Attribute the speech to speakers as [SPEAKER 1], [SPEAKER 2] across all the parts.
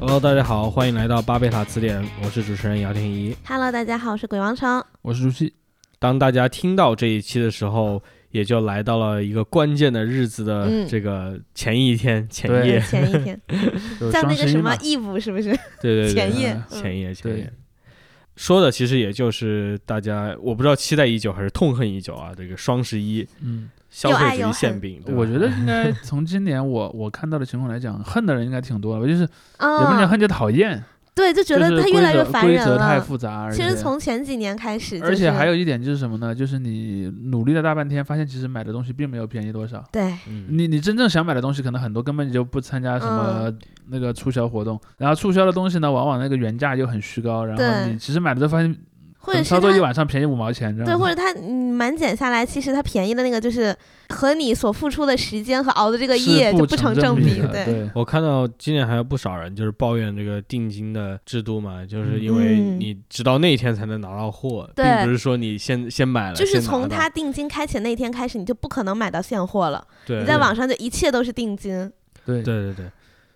[SPEAKER 1] Hello，大家好，欢迎来到巴贝塔词典，我是主持人姚天一。
[SPEAKER 2] Hello，大家好，我是鬼王城。
[SPEAKER 3] 我是朱熹。
[SPEAKER 1] 当大家听到这一期的时候，也就来到了一个关键的日子的
[SPEAKER 2] 嗯
[SPEAKER 1] 这个前一天、前
[SPEAKER 3] 对
[SPEAKER 1] 夜，
[SPEAKER 2] 前一 天
[SPEAKER 3] 就是
[SPEAKER 2] 在那
[SPEAKER 3] 双
[SPEAKER 2] 个
[SPEAKER 3] 十一
[SPEAKER 2] 什么
[SPEAKER 3] 嘛
[SPEAKER 2] Eve 是不是？
[SPEAKER 1] 对对对，
[SPEAKER 2] 前夜
[SPEAKER 1] 嗯前夜，前
[SPEAKER 3] 对
[SPEAKER 1] 夜。说的其实也就是大家，我不知道期待已久还是痛恨已久啊。这个双十一
[SPEAKER 3] 嗯，
[SPEAKER 1] 消费
[SPEAKER 2] 又
[SPEAKER 1] 主
[SPEAKER 2] 爱
[SPEAKER 1] 义
[SPEAKER 2] 又
[SPEAKER 1] 馅
[SPEAKER 2] 恨
[SPEAKER 1] 饼，对吧
[SPEAKER 3] 我觉得应该从今年我我看到的情况来讲，恨的人应该挺多了吧，就是也不能
[SPEAKER 2] 啊、
[SPEAKER 3] 讲恨，就讨厌，
[SPEAKER 2] 对，就觉
[SPEAKER 3] 就
[SPEAKER 2] 得
[SPEAKER 3] 是
[SPEAKER 2] 它
[SPEAKER 3] 规
[SPEAKER 2] 越来越
[SPEAKER 3] 则
[SPEAKER 2] 烦
[SPEAKER 3] 规
[SPEAKER 2] 人
[SPEAKER 3] 则太
[SPEAKER 2] 了。
[SPEAKER 3] 复杂，而
[SPEAKER 2] 其
[SPEAKER 3] 且
[SPEAKER 2] 实从前几年开始、就是，
[SPEAKER 3] 而且还有一点就是什么呢？就是你努力了大半天，发现其实买的东西并没有便宜多少。
[SPEAKER 2] 对，
[SPEAKER 1] 嗯，
[SPEAKER 3] 你你真正想买的东西，可能很多根本你就不参加什么
[SPEAKER 2] 嗯
[SPEAKER 3] 那个促销活动，然后促销的东西呢，往往那个原价又很虚高，然后
[SPEAKER 2] 对
[SPEAKER 3] 你其实买了之后发现，
[SPEAKER 2] 或
[SPEAKER 3] 可
[SPEAKER 2] 者
[SPEAKER 3] 能
[SPEAKER 2] 是
[SPEAKER 3] 操作一
[SPEAKER 2] 它
[SPEAKER 3] 晚上便宜五毛钱，这
[SPEAKER 2] 对，
[SPEAKER 3] 样
[SPEAKER 2] 或
[SPEAKER 3] 子
[SPEAKER 2] 者它嗯满减下来，其实它便宜的那个就是和你所付出的时间和熬的这个夜
[SPEAKER 3] 是
[SPEAKER 2] 就
[SPEAKER 3] 不
[SPEAKER 2] 不成
[SPEAKER 3] 正
[SPEAKER 2] 正比。
[SPEAKER 3] 的
[SPEAKER 2] 对，
[SPEAKER 3] 对，
[SPEAKER 1] 我看到今年还有不少人就是抱怨这个定金的制度嘛，就是因为
[SPEAKER 2] 嗯
[SPEAKER 1] 你直到那一天才能拿到货，
[SPEAKER 2] 对
[SPEAKER 1] 并不是说你先先买了，
[SPEAKER 2] 就是
[SPEAKER 1] 先拿
[SPEAKER 2] 从
[SPEAKER 1] 到
[SPEAKER 2] 它定金开启那天开始，你就不可能买到现货了。
[SPEAKER 1] 对
[SPEAKER 2] 你在
[SPEAKER 1] 对
[SPEAKER 2] 网上就一切都是定金。
[SPEAKER 3] 对
[SPEAKER 1] 对对对，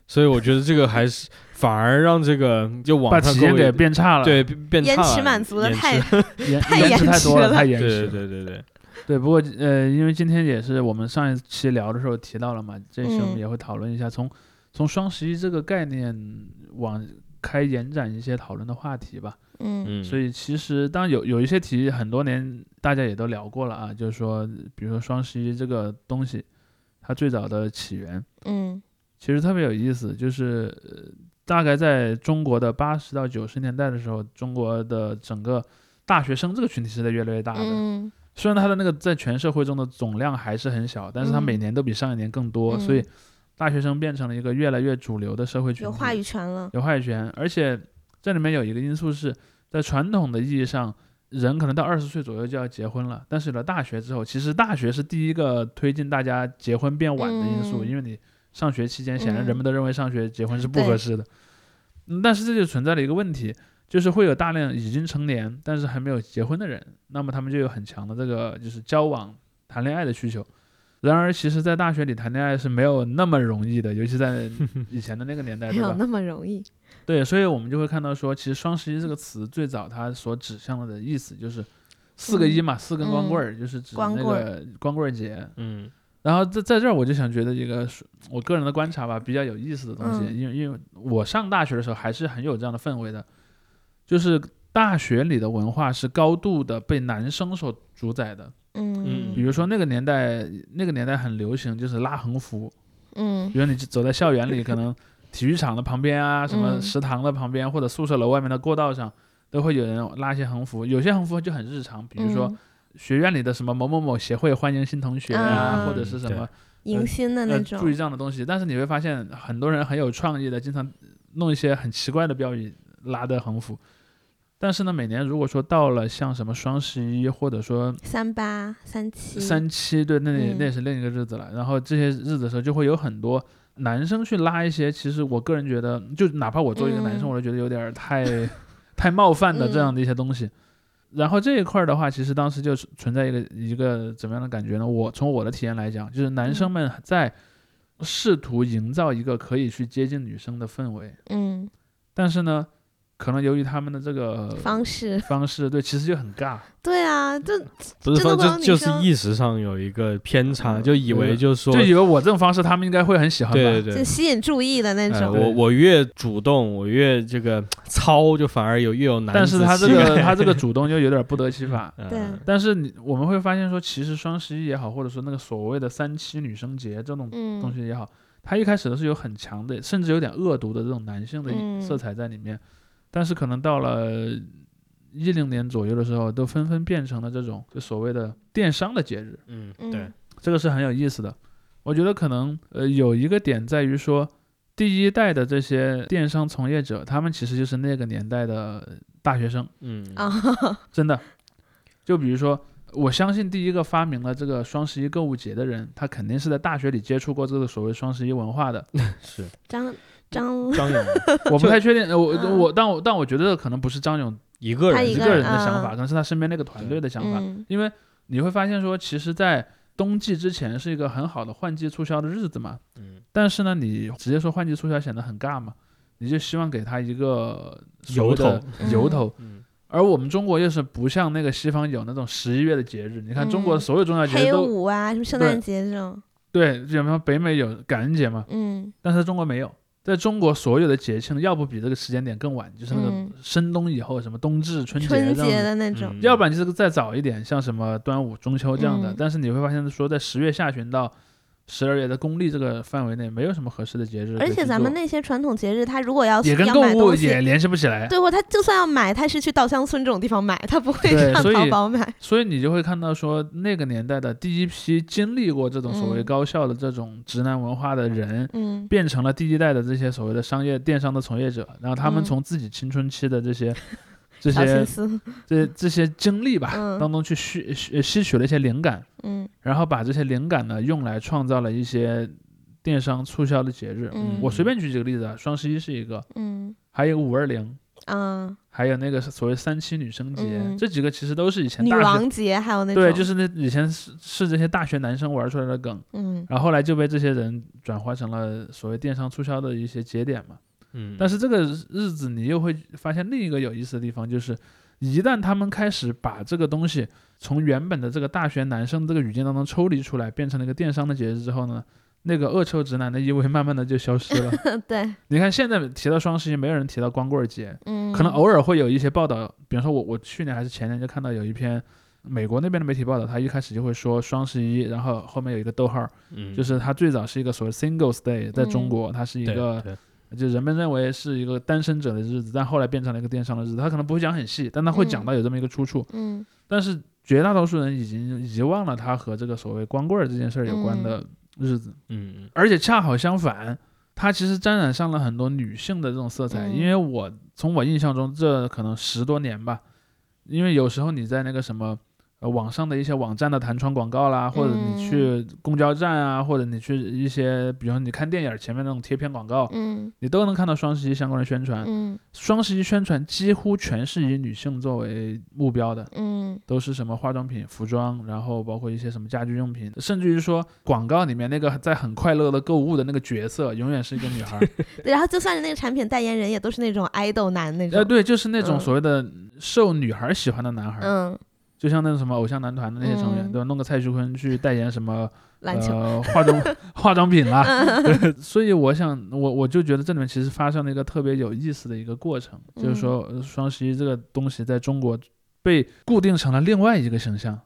[SPEAKER 1] 所以我觉得这个还是反而让这个就
[SPEAKER 3] 把
[SPEAKER 1] 网上
[SPEAKER 3] 体
[SPEAKER 1] 购
[SPEAKER 3] 验
[SPEAKER 1] 物
[SPEAKER 3] 给变差了，
[SPEAKER 1] 对变变
[SPEAKER 2] 延
[SPEAKER 1] 差
[SPEAKER 2] 迟
[SPEAKER 1] 了
[SPEAKER 2] 满足的
[SPEAKER 1] 延迟
[SPEAKER 2] 太
[SPEAKER 3] 延，
[SPEAKER 2] 太
[SPEAKER 3] 延迟
[SPEAKER 2] 延
[SPEAKER 3] 太
[SPEAKER 2] 迟
[SPEAKER 3] 多
[SPEAKER 2] 了
[SPEAKER 3] 太延
[SPEAKER 1] 对
[SPEAKER 3] 迟
[SPEAKER 1] 对
[SPEAKER 3] 了。
[SPEAKER 1] 对对对，
[SPEAKER 3] 对，不过呃，因为今天也是我们上一期聊的时候提到了嘛，这一期我们
[SPEAKER 2] 嗯
[SPEAKER 3] 也会讨论一下，从从双十一这个概念往开延展一些讨论的话题吧。
[SPEAKER 2] 嗯
[SPEAKER 1] 嗯，
[SPEAKER 3] 所
[SPEAKER 1] 以
[SPEAKER 3] 以其实当然有有一些题很多年大家也都聊过了啊，就是说，比如说双十一这个东西，它最早的起源
[SPEAKER 2] 嗯
[SPEAKER 3] 其实特别有意思，就是呃大概在中国的八十到九十年代的时候，中国的整个大学生这个群体是在越来越大的。
[SPEAKER 2] 嗯
[SPEAKER 3] 虽然它的那个在全社会中的总量还是很小，但是它
[SPEAKER 2] 嗯
[SPEAKER 3] 每年都比上一年更多，
[SPEAKER 2] 嗯
[SPEAKER 3] 所以大学生变成了一个越来越主流的社会群体，
[SPEAKER 2] 有话语权了。
[SPEAKER 3] 有话语权。而且这里面有一个因素是在传统的意义上，人可能到二十岁左右就要结婚了，但是有了大学之后，其实大学是第一个推进大家结婚变晚的因素，
[SPEAKER 2] 嗯
[SPEAKER 3] 因为你上学期间，显然
[SPEAKER 2] 嗯
[SPEAKER 3] 人们都认为上学结婚是不
[SPEAKER 2] 对
[SPEAKER 3] 合适的。嗯，但是这就存在了一个问题，就是会有大量已经成年但是还没有结婚的人，那么他们就有很强的这个就是交往、谈恋爱的需求。然而，其实，在大学里谈恋爱是没有那么容易的，尤其在以前的那个年代，
[SPEAKER 2] 没
[SPEAKER 3] 哎对吧
[SPEAKER 2] 有？那么容易，
[SPEAKER 3] 对，所以我们就会看到说，其实“双十一”这个词最早它所指向的意思就是四个一嘛，四根光棍儿，就是指
[SPEAKER 2] 嗯光
[SPEAKER 3] 那
[SPEAKER 2] 棍
[SPEAKER 3] 个光棍儿节。
[SPEAKER 1] 嗯
[SPEAKER 3] 然后在在这儿，我就想觉得一个是我个人的观察吧，比较有意思的东西，
[SPEAKER 2] 嗯
[SPEAKER 3] 因为因为我上大学的时候还是很有这样的氛围的，就是大学里的文化是高度的被男生所主宰的。
[SPEAKER 2] 嗯
[SPEAKER 3] 比如说那个年代，那个年代很流行就是拉横幅，
[SPEAKER 2] 嗯
[SPEAKER 3] 比如你走在校园里，可 能体育场的旁边啊，什么
[SPEAKER 2] 嗯
[SPEAKER 3] 食堂的旁边，或者宿舍楼外面的过道上，都会有人拉一些横幅。有些横幅就很日常，比如说
[SPEAKER 2] 嗯
[SPEAKER 3] 学院里的什么某某某协会欢迎新同学啊，
[SPEAKER 2] 啊
[SPEAKER 3] 或者是什么
[SPEAKER 2] 迎新的那
[SPEAKER 3] 呃
[SPEAKER 2] 种，
[SPEAKER 3] 注意这样的东西。但是你会发现，很多人很有创意的，经常弄一些很奇怪的标语拉的横幅。但是呢，每年如果说到了像什么双十一，或者说
[SPEAKER 2] 三八三七
[SPEAKER 3] 三七，对，那也
[SPEAKER 2] 嗯
[SPEAKER 3] 那也是另一个日子了。然后这些日子的时候，就会有很多男生去拉一些，其实我个人觉得，就哪怕我作为一个男生，
[SPEAKER 2] 嗯
[SPEAKER 3] 我都觉得有点儿太太冒犯的这样的一些东西。然后这一块儿的话，其实当时就存存在一个一个怎么样的感觉呢？我从我的体验来讲，就是男
[SPEAKER 2] 嗯
[SPEAKER 3] 生们在试图营造一个可以去接近女生的氛围，
[SPEAKER 2] 嗯
[SPEAKER 3] 但是呢，可能由于他们的这个
[SPEAKER 2] 方式，
[SPEAKER 3] 方式，对，其实就很尬。
[SPEAKER 2] 对啊，就
[SPEAKER 1] 不是
[SPEAKER 2] 真的
[SPEAKER 1] 说
[SPEAKER 2] 会有
[SPEAKER 1] 就
[SPEAKER 2] 女
[SPEAKER 1] 就是
[SPEAKER 2] 生
[SPEAKER 1] 意识上有一个偏差，就以为
[SPEAKER 3] 嗯对
[SPEAKER 1] 就是说
[SPEAKER 3] 就以为我这种方式，他们应该会很喜欢吧？
[SPEAKER 1] 对对
[SPEAKER 2] 就
[SPEAKER 1] 对。
[SPEAKER 2] 吸引注意的那
[SPEAKER 1] 哎
[SPEAKER 2] 种，
[SPEAKER 1] 我我越主动，我越这个糙，就反而有越有男
[SPEAKER 3] 但
[SPEAKER 1] 子
[SPEAKER 3] 是他这
[SPEAKER 1] 气概。
[SPEAKER 3] 个 他这个主动就有点不得其法
[SPEAKER 1] 嗯
[SPEAKER 2] 对
[SPEAKER 3] 但是你我们会发现说，其实双十一也好，或者说那个所谓的三七女生节这种
[SPEAKER 2] 嗯
[SPEAKER 3] 东西也好，它一开始都是有很强的，甚至有点恶毒的这种男性的
[SPEAKER 2] 嗯
[SPEAKER 3] 色彩在里面。但是可能到了一零年左右的时候，都纷纷变成了这种就所谓的电商的节日，
[SPEAKER 1] 嗯
[SPEAKER 2] 嗯
[SPEAKER 1] 对，
[SPEAKER 3] 这个是很有意思的。我觉得可能呃有一个点在于说，第一代的这些电商从业者，他们其实就是那个年代的大学生。
[SPEAKER 1] 嗯
[SPEAKER 2] 啊，
[SPEAKER 3] 真的。就比如说，我相信第一个发明了这个双十一购物节的人，他肯定是在大学里接触过这个所谓双十一文化 的。
[SPEAKER 1] 是
[SPEAKER 2] 张张
[SPEAKER 1] 张 勇
[SPEAKER 3] 我不太确定，呃我
[SPEAKER 2] 嗯
[SPEAKER 3] 我但我但我觉得可能不是张勇
[SPEAKER 1] 一个
[SPEAKER 2] 他
[SPEAKER 1] 人
[SPEAKER 2] 一
[SPEAKER 3] 一
[SPEAKER 1] 是
[SPEAKER 2] 个
[SPEAKER 3] 个人
[SPEAKER 2] 人
[SPEAKER 3] 的想
[SPEAKER 2] 啊
[SPEAKER 3] 法，可能是他身边那个团队的想法。
[SPEAKER 2] 嗯
[SPEAKER 3] 因为你会发现说，其实，在冬季之前是一个很好的换季促销的日子嘛，
[SPEAKER 1] 嗯
[SPEAKER 3] 但是呢，你直接说换季促销显得很尬嘛。你就希望给他一个
[SPEAKER 1] 由头
[SPEAKER 3] 所谓的
[SPEAKER 2] 嗯
[SPEAKER 3] 由头。
[SPEAKER 1] 嗯，
[SPEAKER 3] 而我们中国又是不像那个西方有那种十一月的节日，你看中国
[SPEAKER 2] 嗯
[SPEAKER 3] 所有重要节日
[SPEAKER 2] 黑
[SPEAKER 3] 都、
[SPEAKER 2] 五啊，什么圣诞节这种，
[SPEAKER 3] 对，就比方北美有感恩节嘛，
[SPEAKER 2] 嗯
[SPEAKER 3] 但是中国没有。在中国所有的节庆，要不比这个时间点更晚，就是那
[SPEAKER 2] 嗯
[SPEAKER 3] 个深冬以后，什么冬至、春节这
[SPEAKER 2] 春
[SPEAKER 3] 样
[SPEAKER 2] 节
[SPEAKER 3] 子；
[SPEAKER 2] 的那种，
[SPEAKER 1] 嗯
[SPEAKER 3] 要不然就是再早一点，像什么端午、中秋这样的。
[SPEAKER 2] 嗯
[SPEAKER 3] 但是你会发现，说在十月下旬到十二月的公历这个范围内，没有什么合适的节日可以
[SPEAKER 2] 而
[SPEAKER 3] 去做。
[SPEAKER 2] 且咱们那些传统节日，他如果要
[SPEAKER 3] 也
[SPEAKER 2] 是
[SPEAKER 3] 跟
[SPEAKER 2] 要
[SPEAKER 3] 购
[SPEAKER 2] 买
[SPEAKER 3] 物
[SPEAKER 2] 东西
[SPEAKER 3] 也，联系不起来。
[SPEAKER 2] 对或他就算要买，他是去稻香村这种地方买，他不会
[SPEAKER 3] 对
[SPEAKER 2] 上
[SPEAKER 3] 所以
[SPEAKER 2] 淘宝买。
[SPEAKER 3] 所以你就会看到说，那个年代的第一批经历过这种所谓
[SPEAKER 2] 嗯
[SPEAKER 3] 高校的这种直男文化的人，
[SPEAKER 2] 嗯，
[SPEAKER 3] 变成了第一代的这些所谓的商业电商的从业者，然后他们
[SPEAKER 2] 嗯
[SPEAKER 3] 从自己青春期的 这些、这
[SPEAKER 2] 小
[SPEAKER 3] 些啊
[SPEAKER 2] 心思，
[SPEAKER 3] 这这些经历吧，
[SPEAKER 2] 嗯
[SPEAKER 3] 当中去吸吸吸取了一些灵感，
[SPEAKER 2] 嗯
[SPEAKER 3] 然后把这些灵感呢用来创造了一些电商促销的节日。
[SPEAKER 2] 嗯
[SPEAKER 3] 我随便举几个例子啊，双十一是一个，
[SPEAKER 2] 嗯
[SPEAKER 3] 还有五二零。
[SPEAKER 2] 啊，
[SPEAKER 3] 还有那个所谓三七女生节，
[SPEAKER 2] 嗯
[SPEAKER 3] 这几个其实都是以前
[SPEAKER 2] 女
[SPEAKER 3] 大学
[SPEAKER 2] 王节还有那种，
[SPEAKER 3] 对，就是那以前是是这些大学男生玩出来的梗，
[SPEAKER 2] 嗯
[SPEAKER 3] 然后后来就被这些人转化成了所谓电商促销的一些节点嘛。
[SPEAKER 1] 嗯，
[SPEAKER 3] 但是这个日子你又会发现另一个有意思的地方，就是一旦他们开始把这个东西从原本的这个大学男生这个语境当中抽离出来，变成了一个电商的节日之后呢，那个恶臭直男的意味慢慢的就消失了。
[SPEAKER 2] 对，
[SPEAKER 3] 你看现在提到双十一，没有人提到光棍节，
[SPEAKER 2] 嗯，
[SPEAKER 3] 可能偶尔会有一些报道，比方说我我去年还是前年就看到有一篇美国那边的媒体报道，他一开始就会说双十一，然后后面有一个逗号，
[SPEAKER 1] 嗯
[SPEAKER 3] 就是它最早是一个所谓 Singles Day，在中国它是一
[SPEAKER 1] 对
[SPEAKER 3] 个
[SPEAKER 1] 对
[SPEAKER 3] 就人们认为是一个单身者的日子，但后来变成了一个电商的日子。他可能不会讲很细，但他会
[SPEAKER 2] 嗯
[SPEAKER 3] 讲到有这么一个出处，
[SPEAKER 2] 嗯
[SPEAKER 3] 但是绝大多数人已经遗忘了它和这个所谓光棍儿这件事儿有关的日子。
[SPEAKER 1] 嗯
[SPEAKER 3] 而且恰好相反，它其实沾染上了很多女性的这种色彩。
[SPEAKER 2] 嗯
[SPEAKER 3] 因为我从我印象中，这可能十多年吧，因为有时候你在那个什么。呃，网上的一些网站的弹窗广告啦，或者你去
[SPEAKER 2] 嗯
[SPEAKER 3] 公交站啊，或者你去一些，比如你看电影前面那种贴片广告，
[SPEAKER 2] 嗯
[SPEAKER 3] 你都能看到双十一相关的宣传。
[SPEAKER 2] 嗯
[SPEAKER 3] 双十一宣传几乎全是以女性作为目标的，
[SPEAKER 2] 嗯
[SPEAKER 3] 都是什么化妆品、服装，然后包括一些什么家居用品，甚至于说广告里面那个在很快乐的购物的那个角色，永远是一个女孩儿。
[SPEAKER 2] 对，然后就算是那个产品代言人，也都是那种 idol 男 那
[SPEAKER 3] 呃，
[SPEAKER 2] 种，
[SPEAKER 3] 对，就是那种
[SPEAKER 2] 嗯
[SPEAKER 3] 所谓的受女孩喜欢的男孩儿，
[SPEAKER 2] 嗯，
[SPEAKER 3] 就像那种什么偶像男团的那些成员，
[SPEAKER 2] 嗯
[SPEAKER 3] 对吧？弄个蔡徐坤去代言什么
[SPEAKER 2] 篮球，嗯
[SPEAKER 3] 呃、化妆 化妆品啦。呃啊对所以我想，我我就觉得这里面其实发生了一个特别有意思的一个过程，就是说
[SPEAKER 2] 嗯
[SPEAKER 3] 呃双十一这个东西在中国被固定成了另外一个形象。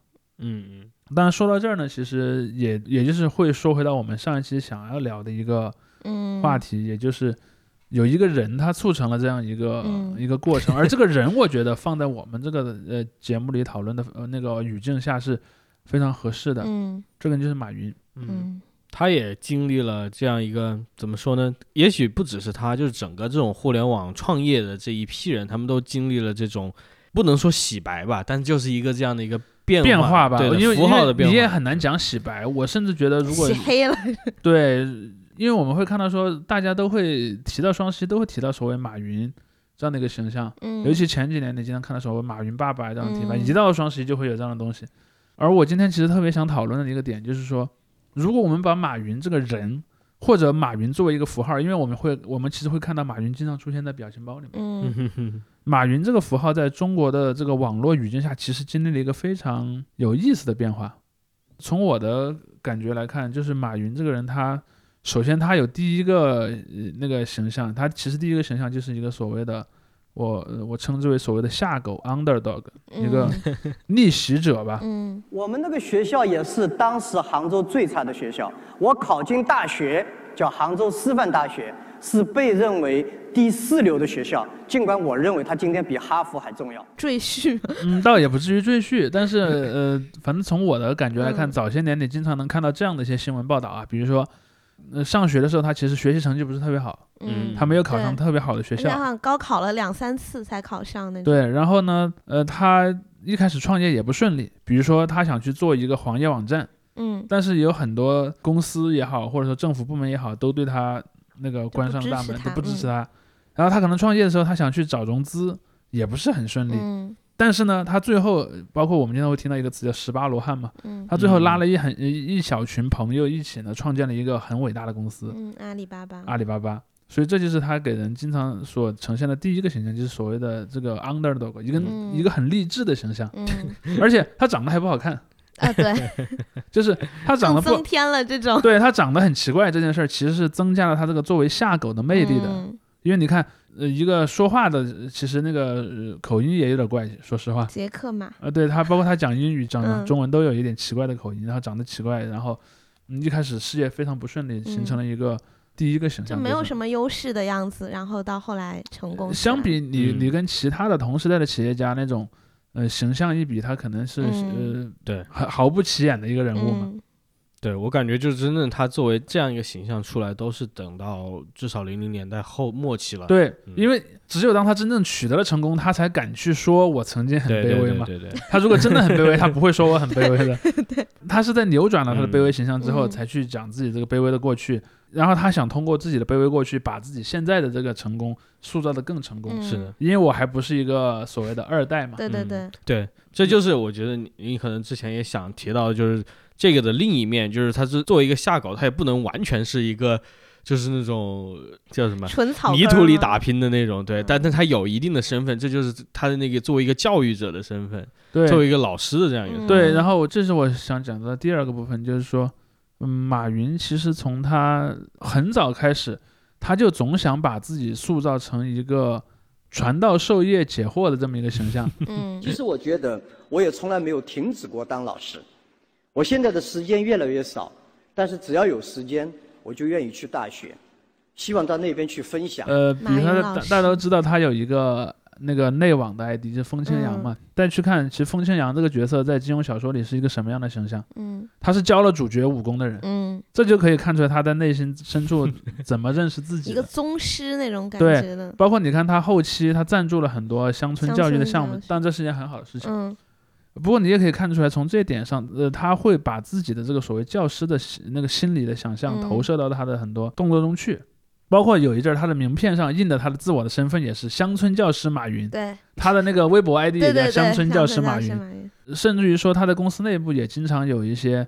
[SPEAKER 1] 嗯
[SPEAKER 3] 当然，说到这儿呢，其实也也就是会说回到我们上一期想要聊的一个
[SPEAKER 2] 嗯，
[SPEAKER 3] 话题，也就是有一个人他促成了这样一个、
[SPEAKER 2] 嗯
[SPEAKER 3] 一个过程，而这个人我觉得放在我们这个呃节目里讨论的呃那个语境下是非常合适的。
[SPEAKER 2] 嗯
[SPEAKER 3] 这个人就是马云，
[SPEAKER 1] 嗯，
[SPEAKER 2] 嗯
[SPEAKER 1] 他也经历了这样一个怎么说呢？也许不只是他，就是整个这种互联网创业的这一批人，他们都经历了这种不能说洗白吧，但就是一个这样的一个变
[SPEAKER 3] 变
[SPEAKER 1] 化
[SPEAKER 3] 吧，
[SPEAKER 1] 对的
[SPEAKER 3] 因为
[SPEAKER 1] 符号的
[SPEAKER 3] 因为
[SPEAKER 1] 变
[SPEAKER 3] 你
[SPEAKER 1] 化
[SPEAKER 3] 也很难讲洗白，我甚至觉得如果
[SPEAKER 2] 洗嗯黑了，
[SPEAKER 3] 对，因为我们会看到说大家都会提到双十一，都会提到所谓马云这样的一个形象。
[SPEAKER 2] 嗯，
[SPEAKER 3] 尤其前几年你经常看到什么马云爸爸这样的提法，
[SPEAKER 2] 嗯
[SPEAKER 3] 一到双十一就会有这样的东西。而我今天其实特别想讨论的一个点就是说，如果我们把马云这个人或者马云作为一个符号，因为我们会我们其实会看到马云经常出现在表情包里面。
[SPEAKER 2] 嗯
[SPEAKER 3] 马云这个符号在中国的这个网络语境下，其实经历了一个非常有意思的变化。从我的感觉来看，就是马云这个人他，首先他有第一个、呃那个形象，他其实第一个形象就是一个所谓的我呃我称之为所谓的下狗 underdog 嗯一个啊逆袭者吧。
[SPEAKER 2] 嗯
[SPEAKER 4] 我们那个学校也是当时杭州最差的学校。我考进大学叫杭州师范大学，是被认为第四流的学校。尽管我认为它今天比哈佛还重要。
[SPEAKER 2] 赘 婿，
[SPEAKER 3] 嗯，倒也不至于赘婿，但是呃，反正从我的感觉来看，
[SPEAKER 2] 嗯
[SPEAKER 3] 早些年你经常能看到这样的一些新闻报道啊，比如说，呃，上学的时候他其实学习成绩不是特别好，
[SPEAKER 1] 嗯
[SPEAKER 3] 他没有考上
[SPEAKER 2] 对
[SPEAKER 3] 特别好的学
[SPEAKER 2] 而且好
[SPEAKER 3] 校。
[SPEAKER 2] 像高考了两三次才考上那种，
[SPEAKER 3] 对，然后呢，呃，他一开始创业也不顺利，比如说他想去做一个黄页网站，
[SPEAKER 2] 嗯，
[SPEAKER 3] 但是也有很多公司也好，或者说政府部门也好，都对他那个关上
[SPEAKER 2] 支
[SPEAKER 3] 大
[SPEAKER 2] 持
[SPEAKER 3] 门，
[SPEAKER 2] 他
[SPEAKER 3] 都不支持
[SPEAKER 2] 嗯
[SPEAKER 3] 他。然后他可能创业的时候，他想去找融资，也不是很顺利。
[SPEAKER 2] 嗯
[SPEAKER 3] 但是呢，他最后包括我们经常会听到一个词叫“十八罗汉”嘛，
[SPEAKER 2] 嗯
[SPEAKER 3] 他最后拉了一很一一小群朋友一起呢，创建了一个很伟大的公司
[SPEAKER 2] 嗯，阿里巴巴，
[SPEAKER 3] 阿里巴巴。所以这就是他给人经常所呈现的第一个形象，就是所谓的这个 underdog，一个、
[SPEAKER 2] 嗯
[SPEAKER 3] 一个很励志的形象，
[SPEAKER 2] 嗯
[SPEAKER 3] 而且他长得还不好看，
[SPEAKER 2] 啊，对，
[SPEAKER 3] 就是 他长得
[SPEAKER 2] 更
[SPEAKER 3] 不
[SPEAKER 2] 增添了这种
[SPEAKER 3] 对他长得很奇怪这件事儿，其实是增加了他这个作为下狗的魅力的。
[SPEAKER 2] 嗯
[SPEAKER 3] 因为你看，呃，一个说话的，呃其实那个、呃口音也有点怪，说实话。
[SPEAKER 2] 杰克嘛，
[SPEAKER 3] 呃，对他，包括他讲英语、讲
[SPEAKER 2] 嗯
[SPEAKER 3] 中文都有一点奇怪的口音，然后长得奇怪，然后嗯一开始事业非常不顺利，形成了一个第一个形
[SPEAKER 2] 嗯就
[SPEAKER 3] 象。
[SPEAKER 2] 没有什
[SPEAKER 3] 么。
[SPEAKER 2] 么优势的样子，然后到后来成功起来。
[SPEAKER 3] 呃相比你，
[SPEAKER 1] 嗯
[SPEAKER 3] 你跟其他的同时代的企业家那种，呃，形象一比，他可能是、
[SPEAKER 2] 嗯
[SPEAKER 3] 呃，
[SPEAKER 1] 对
[SPEAKER 3] 毫毫不起眼的一个人物嘛。
[SPEAKER 2] 嗯
[SPEAKER 1] 对我感觉就真正他作为这样一个形象出来，都是等到至少零零年代后末期了。
[SPEAKER 3] 对，
[SPEAKER 1] 嗯
[SPEAKER 3] 因为只有当他真正取得了成功，他才敢去说我曾经很
[SPEAKER 1] 对
[SPEAKER 3] 卑
[SPEAKER 1] 对
[SPEAKER 3] 微
[SPEAKER 1] 对
[SPEAKER 3] 嘛。
[SPEAKER 1] 对对，
[SPEAKER 3] 他如果真的很卑微，他不会说我很卑微 的。他是在扭转了他的卑微形象之后，
[SPEAKER 2] 嗯
[SPEAKER 3] 才去讲自己这个卑微的过去。然后他想通过自己的卑微过去，把自己现在的这个成功塑造的更成功。
[SPEAKER 2] 嗯
[SPEAKER 1] 是的，
[SPEAKER 3] 因为我还不是一个所谓的二代嘛，
[SPEAKER 2] 对对对，
[SPEAKER 1] 嗯对，这就是我觉得你你可能之前也想提到，就是这个的另一面，就是他是作为一个下狗，他也不能完全是一个就是那种叫什么
[SPEAKER 2] 纯草
[SPEAKER 1] 泥
[SPEAKER 2] 根嗯
[SPEAKER 1] 土里
[SPEAKER 2] 嘛
[SPEAKER 1] 打拼的那种，对，但但他有一定的身份，这就是他的那个作为一个教育者的身份，
[SPEAKER 3] 对
[SPEAKER 1] 作为一个老师的这样一个身份，
[SPEAKER 2] 嗯
[SPEAKER 3] 对，然后这是我想讲的第二个部分，就是说，嗯，马云其实从他很早开始，他就总想把自己塑造成一个传道授业解惑的这么一个形 象。
[SPEAKER 2] 嗯
[SPEAKER 4] 其实我觉得，我也从来没有停止过当老师。我现在的时间越来越少，但是只要有时间，我就愿意去大学，希望到那边去分享。
[SPEAKER 3] 呃，比
[SPEAKER 2] 马云
[SPEAKER 3] 他的
[SPEAKER 2] 老
[SPEAKER 3] 大
[SPEAKER 2] 师
[SPEAKER 3] 大家都知道他有一个那个内网的 ID，就是风清扬嘛。
[SPEAKER 2] 嗯
[SPEAKER 3] 但去看，其实风清扬这个角色在金庸小说里是一个什么样的形象？
[SPEAKER 2] 嗯
[SPEAKER 3] 他是教了主角武功的人，
[SPEAKER 2] 嗯，
[SPEAKER 3] 这就可以看出来他在内心 深处怎么认识自己
[SPEAKER 2] 一个
[SPEAKER 3] 的。
[SPEAKER 2] 宗师那种感
[SPEAKER 3] 对
[SPEAKER 2] 觉的，
[SPEAKER 3] 包括你看他后期，他赞助了很多乡村
[SPEAKER 2] 乡
[SPEAKER 3] 教育的
[SPEAKER 2] 村
[SPEAKER 3] 项
[SPEAKER 2] 教
[SPEAKER 3] 目
[SPEAKER 2] 学，
[SPEAKER 3] 但这是一件很好的事情。
[SPEAKER 2] 嗯
[SPEAKER 3] 不过你也可以看出来，从这一点上，呃，他会把自己的这个所谓教师的心那个心理的想象
[SPEAKER 2] 嗯
[SPEAKER 3] 投射到他的很多动作中去，包括有一阵儿他的名片上印的他的自我的身份也是乡村教师马云，
[SPEAKER 2] 对
[SPEAKER 3] 他的那个 微博 ID
[SPEAKER 2] 对
[SPEAKER 3] 也
[SPEAKER 2] 对
[SPEAKER 3] 叫
[SPEAKER 2] 对，
[SPEAKER 3] 乡村教师
[SPEAKER 2] 马
[SPEAKER 3] 马云，甚至于说他的公司内部也经常有一些，